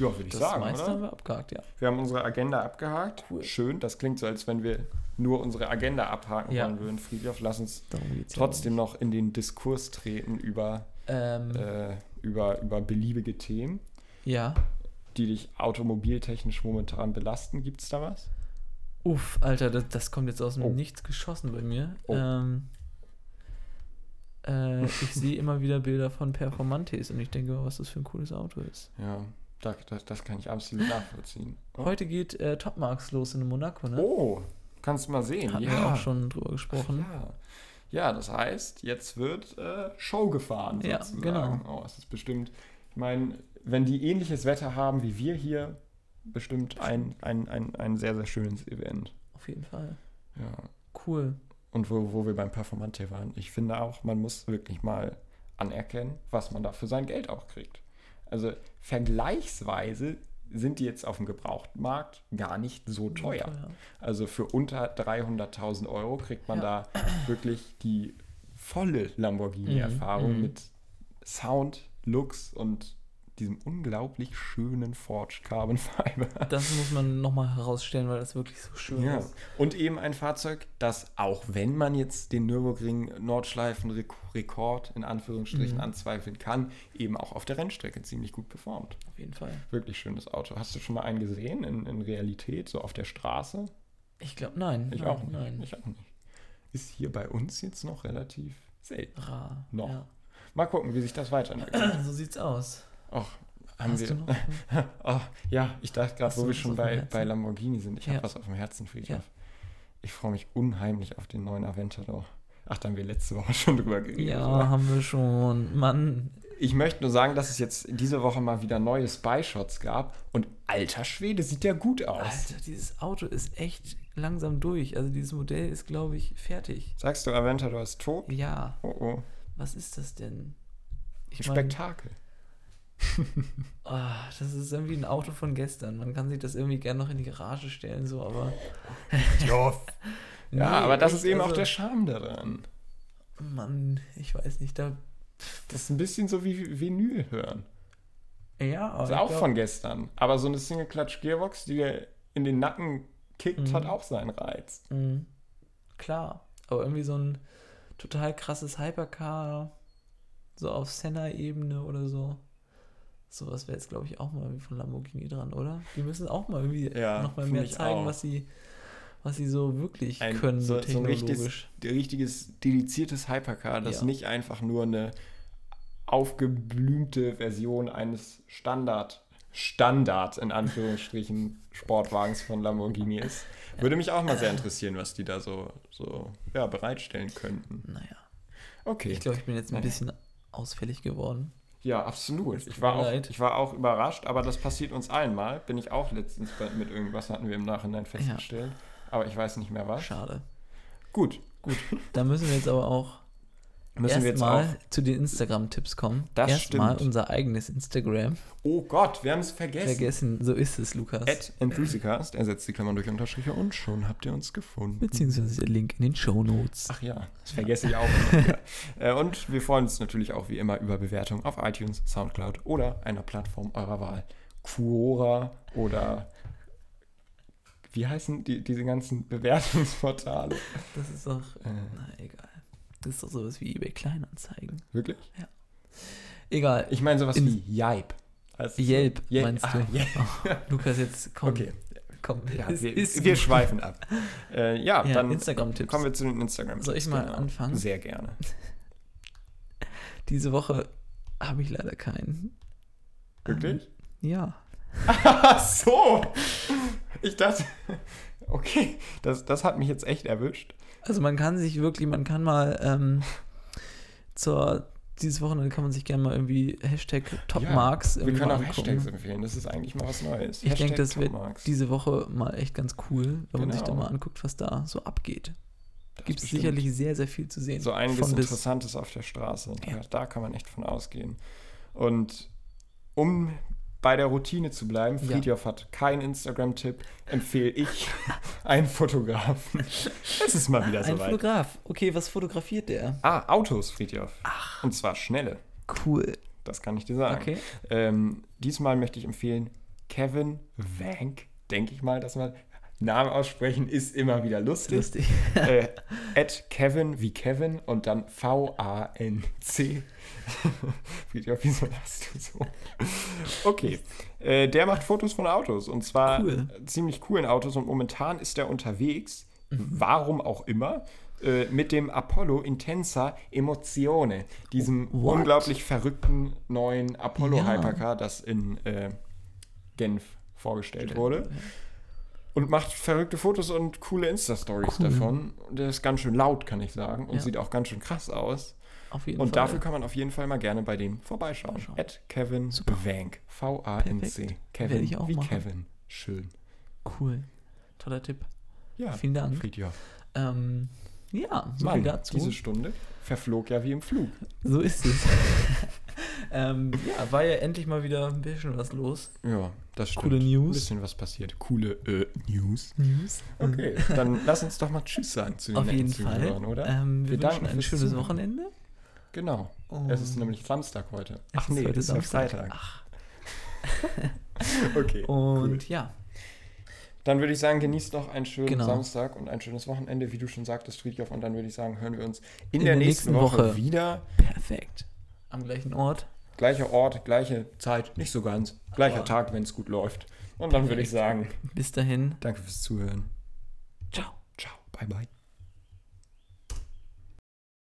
[SPEAKER 1] ja, würde ich
[SPEAKER 2] das
[SPEAKER 1] sagen.
[SPEAKER 2] meiste
[SPEAKER 1] oder?
[SPEAKER 2] haben wir abgehakt, ja.
[SPEAKER 1] Wir haben unsere Agenda abgehakt.
[SPEAKER 2] Cool.
[SPEAKER 1] Schön, das klingt so, als wenn wir nur unsere Agenda abhaken
[SPEAKER 2] Ja.
[SPEAKER 1] wollen würden. Friedhof, lass uns
[SPEAKER 2] Darum geht's
[SPEAKER 1] trotzdem noch in den Diskurs treten über,
[SPEAKER 2] Ja, nicht. ähm,
[SPEAKER 1] äh, über, über beliebige Themen,
[SPEAKER 2] ja.
[SPEAKER 1] die dich automobiltechnisch momentan belasten. Gibt es da was?
[SPEAKER 2] Uff, Alter, das, das kommt jetzt aus dem
[SPEAKER 1] Oh.
[SPEAKER 2] Nichts geschossen bei mir.
[SPEAKER 1] Oh.
[SPEAKER 2] Ähm, äh, ich sehe immer wieder Bilder von Performantes und ich denke, was das für ein cooles Auto ist.
[SPEAKER 1] Ja, da, das, das kann ich absolut nachvollziehen. Oh,
[SPEAKER 2] Heute geht äh, Top Marks los in Monaco, ne?
[SPEAKER 1] oh kannst du mal sehen.
[SPEAKER 2] Hatten wir
[SPEAKER 1] ja.
[SPEAKER 2] auch schon drüber gesprochen.
[SPEAKER 1] ja. ja, das heißt, jetzt wird äh, Show gefahren
[SPEAKER 2] Ja,
[SPEAKER 1] sozusagen. Oh, es ist bestimmt, ich meine, wenn die ähnliches Wetter haben wie wir hier, bestimmt ein, ein, ein, ein sehr, sehr schönes Event.
[SPEAKER 2] Auf jeden Fall.
[SPEAKER 1] Ja.
[SPEAKER 2] Cool.
[SPEAKER 1] Und wo, wo wir beim Performante waren, ich finde auch, man muss wirklich mal anerkennen, was man da für sein Geld auch kriegt. Also vergleichsweise sind die jetzt auf dem Gebrauchtmarkt gar nicht so teuer. Also für unter 300.000 Euro kriegt man
[SPEAKER 2] Ja.
[SPEAKER 1] da wirklich die volle Lamborghini-Erfahrung
[SPEAKER 2] Mhm, mhm.
[SPEAKER 1] mit Sound, Looks und diesem unglaublich schönen Forged Carbon Fiber.
[SPEAKER 2] Das muss man nochmal herausstellen, weil das wirklich so schön
[SPEAKER 1] Ja.
[SPEAKER 2] ist.
[SPEAKER 1] Und eben ein Fahrzeug, das auch wenn man jetzt den Nürburgring Nordschleifen-Rekord in Anführungsstrichen
[SPEAKER 2] Mhm.
[SPEAKER 1] anzweifeln kann, eben auch auf der Rennstrecke ziemlich gut performt.
[SPEAKER 2] Auf jeden Fall.
[SPEAKER 1] Wirklich schönes Auto. Hast du schon mal einen gesehen in, in Realität, so auf der Straße?
[SPEAKER 2] Ich glaube, nein.
[SPEAKER 1] Ich
[SPEAKER 2] nein,
[SPEAKER 1] auch nicht.
[SPEAKER 2] Nein.
[SPEAKER 1] Ich auch nicht. Ist hier bei uns jetzt noch relativ selten.
[SPEAKER 2] Rar.
[SPEAKER 1] Noch. Mal gucken, wie sich das weiterentwickelt.
[SPEAKER 2] Ja. So sieht's aus.
[SPEAKER 1] Ach, haben
[SPEAKER 2] Hast
[SPEAKER 1] wir.
[SPEAKER 2] du noch?
[SPEAKER 1] Oh, ja, ich dachte gerade,
[SPEAKER 2] Hast
[SPEAKER 1] wo
[SPEAKER 2] du
[SPEAKER 1] wir
[SPEAKER 2] was
[SPEAKER 1] schon
[SPEAKER 2] auf dem
[SPEAKER 1] bei,
[SPEAKER 2] Herzen?
[SPEAKER 1] bei Lamborghini sind. Ich
[SPEAKER 2] Ja.
[SPEAKER 1] habe was auf dem Herzen, Friedhof.
[SPEAKER 2] Ja.
[SPEAKER 1] Ich freue mich unheimlich auf den neuen Aventador. Ach, da haben wir letzte Woche schon drüber geredet.
[SPEAKER 2] Ja,
[SPEAKER 1] oder?
[SPEAKER 2] haben wir schon. Mann.
[SPEAKER 1] Ich möchte nur sagen, dass es jetzt diese Woche mal wieder neue Spy-Shots gab. Und alter Schwede, sieht der gut aus.
[SPEAKER 2] Alter, dieses Auto ist echt langsam durch. Also dieses Modell ist, glaube ich, fertig.
[SPEAKER 1] Sagst du, Aventador ist tot?
[SPEAKER 2] Ja,
[SPEAKER 1] Oh, oh.
[SPEAKER 2] was ist das denn? Ich meine,
[SPEAKER 1] Spektakel.
[SPEAKER 2] ah, das ist irgendwie ein Auto von gestern. Man kann sich das irgendwie gerne noch in die Garage stellen, so, aber.
[SPEAKER 1] ja,
[SPEAKER 2] Nee,
[SPEAKER 1] aber das
[SPEAKER 2] echt,
[SPEAKER 1] ist eben auch
[SPEAKER 2] also-
[SPEAKER 1] der Charme daran.
[SPEAKER 2] Mann, ich weiß nicht, da.
[SPEAKER 1] Das ist ein bisschen so wie Vinyl hören.
[SPEAKER 2] Ja, aber.
[SPEAKER 1] Das ist auch von gestern. Aber so eine Single-Clutch-Gearbox, die dir in den Nacken kickt,
[SPEAKER 2] Mhm.
[SPEAKER 1] hat auch seinen Reiz.
[SPEAKER 2] Mhm. Klar, aber irgendwie so ein total krasses Hypercar, so auf Senna-Ebene oder so. Sowas wäre jetzt, glaube ich, auch mal irgendwie von Lamborghini dran, oder? Die müssen auch mal irgendwie
[SPEAKER 1] Ja,
[SPEAKER 2] noch mal
[SPEAKER 1] finde
[SPEAKER 2] mehr
[SPEAKER 1] ich
[SPEAKER 2] zeigen,
[SPEAKER 1] auch.
[SPEAKER 2] was sie, was sie so wirklich
[SPEAKER 1] Ein-
[SPEAKER 2] können, so,
[SPEAKER 1] so, so ein richtiges,
[SPEAKER 2] technologisch.
[SPEAKER 1] richtiges, dediziertes Hypercar, das
[SPEAKER 2] Ja.
[SPEAKER 1] nicht einfach nur eine aufgeblümte Version eines Standard, Standard in Anführungsstrichen, Sportwagens von Lamborghini ist. Würde mich auch mal sehr interessieren, was die da so, so ja, bereitstellen könnten.
[SPEAKER 2] naja,
[SPEAKER 1] Okay.
[SPEAKER 2] ich glaube, ich bin jetzt ein
[SPEAKER 1] Naja.
[SPEAKER 2] bisschen ausfällig geworden.
[SPEAKER 1] Ja, absolut. Ich
[SPEAKER 2] tut
[SPEAKER 1] war,
[SPEAKER 2] mir
[SPEAKER 1] auch,
[SPEAKER 2] leid.
[SPEAKER 1] ich war auch überrascht, aber das passiert uns allen mal. Bin ich auch letztens bei- mit irgendwas, hatten wir im Nachhinein festgestellt. Aber ich weiß nicht mehr was.
[SPEAKER 2] Schade.
[SPEAKER 1] Gut,
[SPEAKER 2] Gut, da müssen wir jetzt aber auch
[SPEAKER 1] müssen wir jetzt auch.
[SPEAKER 2] erstmal zu den Instagram-Tipps kommen.
[SPEAKER 1] Das
[SPEAKER 2] erstmal
[SPEAKER 1] stimmt.
[SPEAKER 2] unser eigenes Instagram.
[SPEAKER 1] Oh Gott, wir haben es vergessen.
[SPEAKER 2] Vergessen, so ist es, Lukas.
[SPEAKER 1] At Enthusiast, ersetzt die Klammern durch Unterstriche und schon habt ihr uns gefunden.
[SPEAKER 2] beziehungsweise der Link in den Show Notes.
[SPEAKER 1] Ach ja, das vergesse ich auch. immer wieder. Äh, und wir freuen uns natürlich auch wie immer über Bewertungen auf iTunes, Soundcloud oder einer Plattform eurer Wahl. Quora oder wie heißen die, diese ganzen Bewertungsportale?
[SPEAKER 2] Das ist doch,
[SPEAKER 1] Äh,
[SPEAKER 2] na egal. Das ist doch sowas wie eBay Kleinanzeigen.
[SPEAKER 1] wirklich?
[SPEAKER 2] Egal.
[SPEAKER 1] Ich meine sowas
[SPEAKER 2] In-
[SPEAKER 1] wie Yipe. Also
[SPEAKER 2] Yelp,
[SPEAKER 1] Yelp,
[SPEAKER 2] meinst
[SPEAKER 1] ah,
[SPEAKER 2] du?
[SPEAKER 1] Yelp.
[SPEAKER 2] Oh, Lukas, jetzt komm.
[SPEAKER 1] Okay,
[SPEAKER 2] komm.
[SPEAKER 1] ja,
[SPEAKER 2] Es
[SPEAKER 1] wir,
[SPEAKER 2] ist-
[SPEAKER 1] wir schweifen ab. Äh, ja,
[SPEAKER 2] ja,
[SPEAKER 1] dann
[SPEAKER 2] Instagram-Tipps.
[SPEAKER 1] kommen wir zu den instagram
[SPEAKER 2] Soll ich mal anfangen?
[SPEAKER 1] Sehr gerne.
[SPEAKER 2] Diese Woche habe ich leider keinen.
[SPEAKER 1] Wirklich?
[SPEAKER 2] Ähm, ja.
[SPEAKER 1] Ach so! Ich dachte, okay, das, das hat mich jetzt echt erwischt.
[SPEAKER 2] Also man kann sich wirklich, man kann mal ähm, zur dieses Wochenende kann man sich gerne mal irgendwie Hashtag Topmarks
[SPEAKER 1] Wir
[SPEAKER 2] irgendwie
[SPEAKER 1] können
[SPEAKER 2] mal
[SPEAKER 1] auch
[SPEAKER 2] angucken.
[SPEAKER 1] Hashtags empfehlen, das ist eigentlich mal was Neues.
[SPEAKER 2] Ich denke, das wird
[SPEAKER 1] Topmarks.
[SPEAKER 2] diese Woche mal echt ganz cool, wenn man sich da
[SPEAKER 1] Genau.
[SPEAKER 2] mal anguckt, was da so abgeht.
[SPEAKER 1] Das
[SPEAKER 2] Gibt es
[SPEAKER 1] bestimmt
[SPEAKER 2] sicherlich sehr, sehr viel zu sehen.
[SPEAKER 1] So einiges
[SPEAKER 2] Von bis.
[SPEAKER 1] Interessantes auf der Straße.
[SPEAKER 2] Ja.
[SPEAKER 1] Ja. Da kann man echt von ausgehen. Und um bei der Routine zu bleiben,
[SPEAKER 2] Ja.
[SPEAKER 1] Friedhoff hat keinen Instagram-Tipp, empfehle ich einen Fotografen. Es ist mal wieder
[SPEAKER 2] Ein
[SPEAKER 1] soweit.
[SPEAKER 2] Fotograf. Okay, was fotografiert der?
[SPEAKER 1] Ah, Autos, Friedhoff. Und zwar schnelle.
[SPEAKER 2] Cool.
[SPEAKER 1] Das kann ich dir sagen.
[SPEAKER 2] Okay.
[SPEAKER 1] Ähm, diesmal möchte ich empfehlen Kevin Wank. Denke ich mal, dass man Namen aussprechen ist immer wieder lustig.
[SPEAKER 2] Lustig.
[SPEAKER 1] äh, at Kevin wie Kevin und dann V-A-N-C. Peter, wieso lachst du so? Okay. Äh, der macht Fotos von Autos und zwar
[SPEAKER 2] Cool.
[SPEAKER 1] ziemlich coolen Autos und momentan ist er unterwegs, warum auch immer, äh, mit dem Apollo Intensa Emozione, diesem
[SPEAKER 2] What?
[SPEAKER 1] unglaublich verrückten neuen Apollo
[SPEAKER 2] Ja.
[SPEAKER 1] Hypercar, das in äh, Genf vorgestellt wurde. Und macht verrückte Fotos und coole Insta-Stories davon. Und Der ist ganz schön laut, kann ich sagen. Und
[SPEAKER 2] Ja.
[SPEAKER 1] sieht auch ganz schön krass aus.
[SPEAKER 2] Auf jeden
[SPEAKER 1] Und
[SPEAKER 2] Fall.
[SPEAKER 1] dafür kann man auf jeden Fall mal gerne bei dem vorbeischauen.
[SPEAKER 2] Vorbeischauen.
[SPEAKER 1] At Kevin Vank. V-A-N-C.
[SPEAKER 2] Perfekt.
[SPEAKER 1] Kevin.
[SPEAKER 2] Werde ich auch
[SPEAKER 1] wie
[SPEAKER 2] machen.
[SPEAKER 1] Kevin. Schön.
[SPEAKER 2] Cool. Toller Tipp.
[SPEAKER 1] Ja,
[SPEAKER 2] Vielen Dank.
[SPEAKER 1] Friedjof.
[SPEAKER 2] Ähm, ja, so
[SPEAKER 1] Mann,
[SPEAKER 2] viel dazu.
[SPEAKER 1] diese Stunde verflog ja wie im Flug.
[SPEAKER 2] So ist es. ähm, ja, war ja endlich mal wieder ein bisschen was los.
[SPEAKER 1] Ja, das stimmt.
[SPEAKER 2] Coole News.
[SPEAKER 1] Ein bisschen was passiert. Coole äh, News.
[SPEAKER 2] News.
[SPEAKER 1] Okay, dann lass uns doch mal Tschüss sagen zu den
[SPEAKER 2] Auf
[SPEAKER 1] netten
[SPEAKER 2] jeden
[SPEAKER 1] Zuhörern,
[SPEAKER 2] Fall.
[SPEAKER 1] oder?
[SPEAKER 2] Ähm, wir,
[SPEAKER 1] Wir danken
[SPEAKER 2] wünschen ein
[SPEAKER 1] fürs
[SPEAKER 2] schönes
[SPEAKER 1] Zuhören.
[SPEAKER 2] Wochenende.
[SPEAKER 1] Genau.
[SPEAKER 2] Und
[SPEAKER 1] Es ist nämlich Samstag heute.
[SPEAKER 2] es
[SPEAKER 1] Ach nee,
[SPEAKER 2] heute
[SPEAKER 1] es ist ja
[SPEAKER 2] Samstag.
[SPEAKER 1] Freitag.
[SPEAKER 2] Ach, Oh.
[SPEAKER 1] Okay.
[SPEAKER 2] und
[SPEAKER 1] cool.
[SPEAKER 2] ja,
[SPEAKER 1] Dann würde ich sagen, genießt noch einen schönen
[SPEAKER 2] Genau.
[SPEAKER 1] Samstag und ein schönes Wochenende, wie du schon sagtest, Friedhof. Und dann würde ich sagen, hören wir uns in,
[SPEAKER 2] In
[SPEAKER 1] der
[SPEAKER 2] der
[SPEAKER 1] nächsten,
[SPEAKER 2] nächsten
[SPEAKER 1] Woche,
[SPEAKER 2] Woche.
[SPEAKER 1] wieder.
[SPEAKER 2] perfekt. Am gleichen Ort.
[SPEAKER 1] Gleicher Ort, gleiche Zeit, nicht so ganz. Gleicher
[SPEAKER 2] Aber-
[SPEAKER 1] Tag, wenn es gut läuft. Und dann würde ich sagen,
[SPEAKER 2] Bis dahin.
[SPEAKER 1] danke fürs Zuhören.
[SPEAKER 2] Ciao.
[SPEAKER 1] Ciao, bye bye.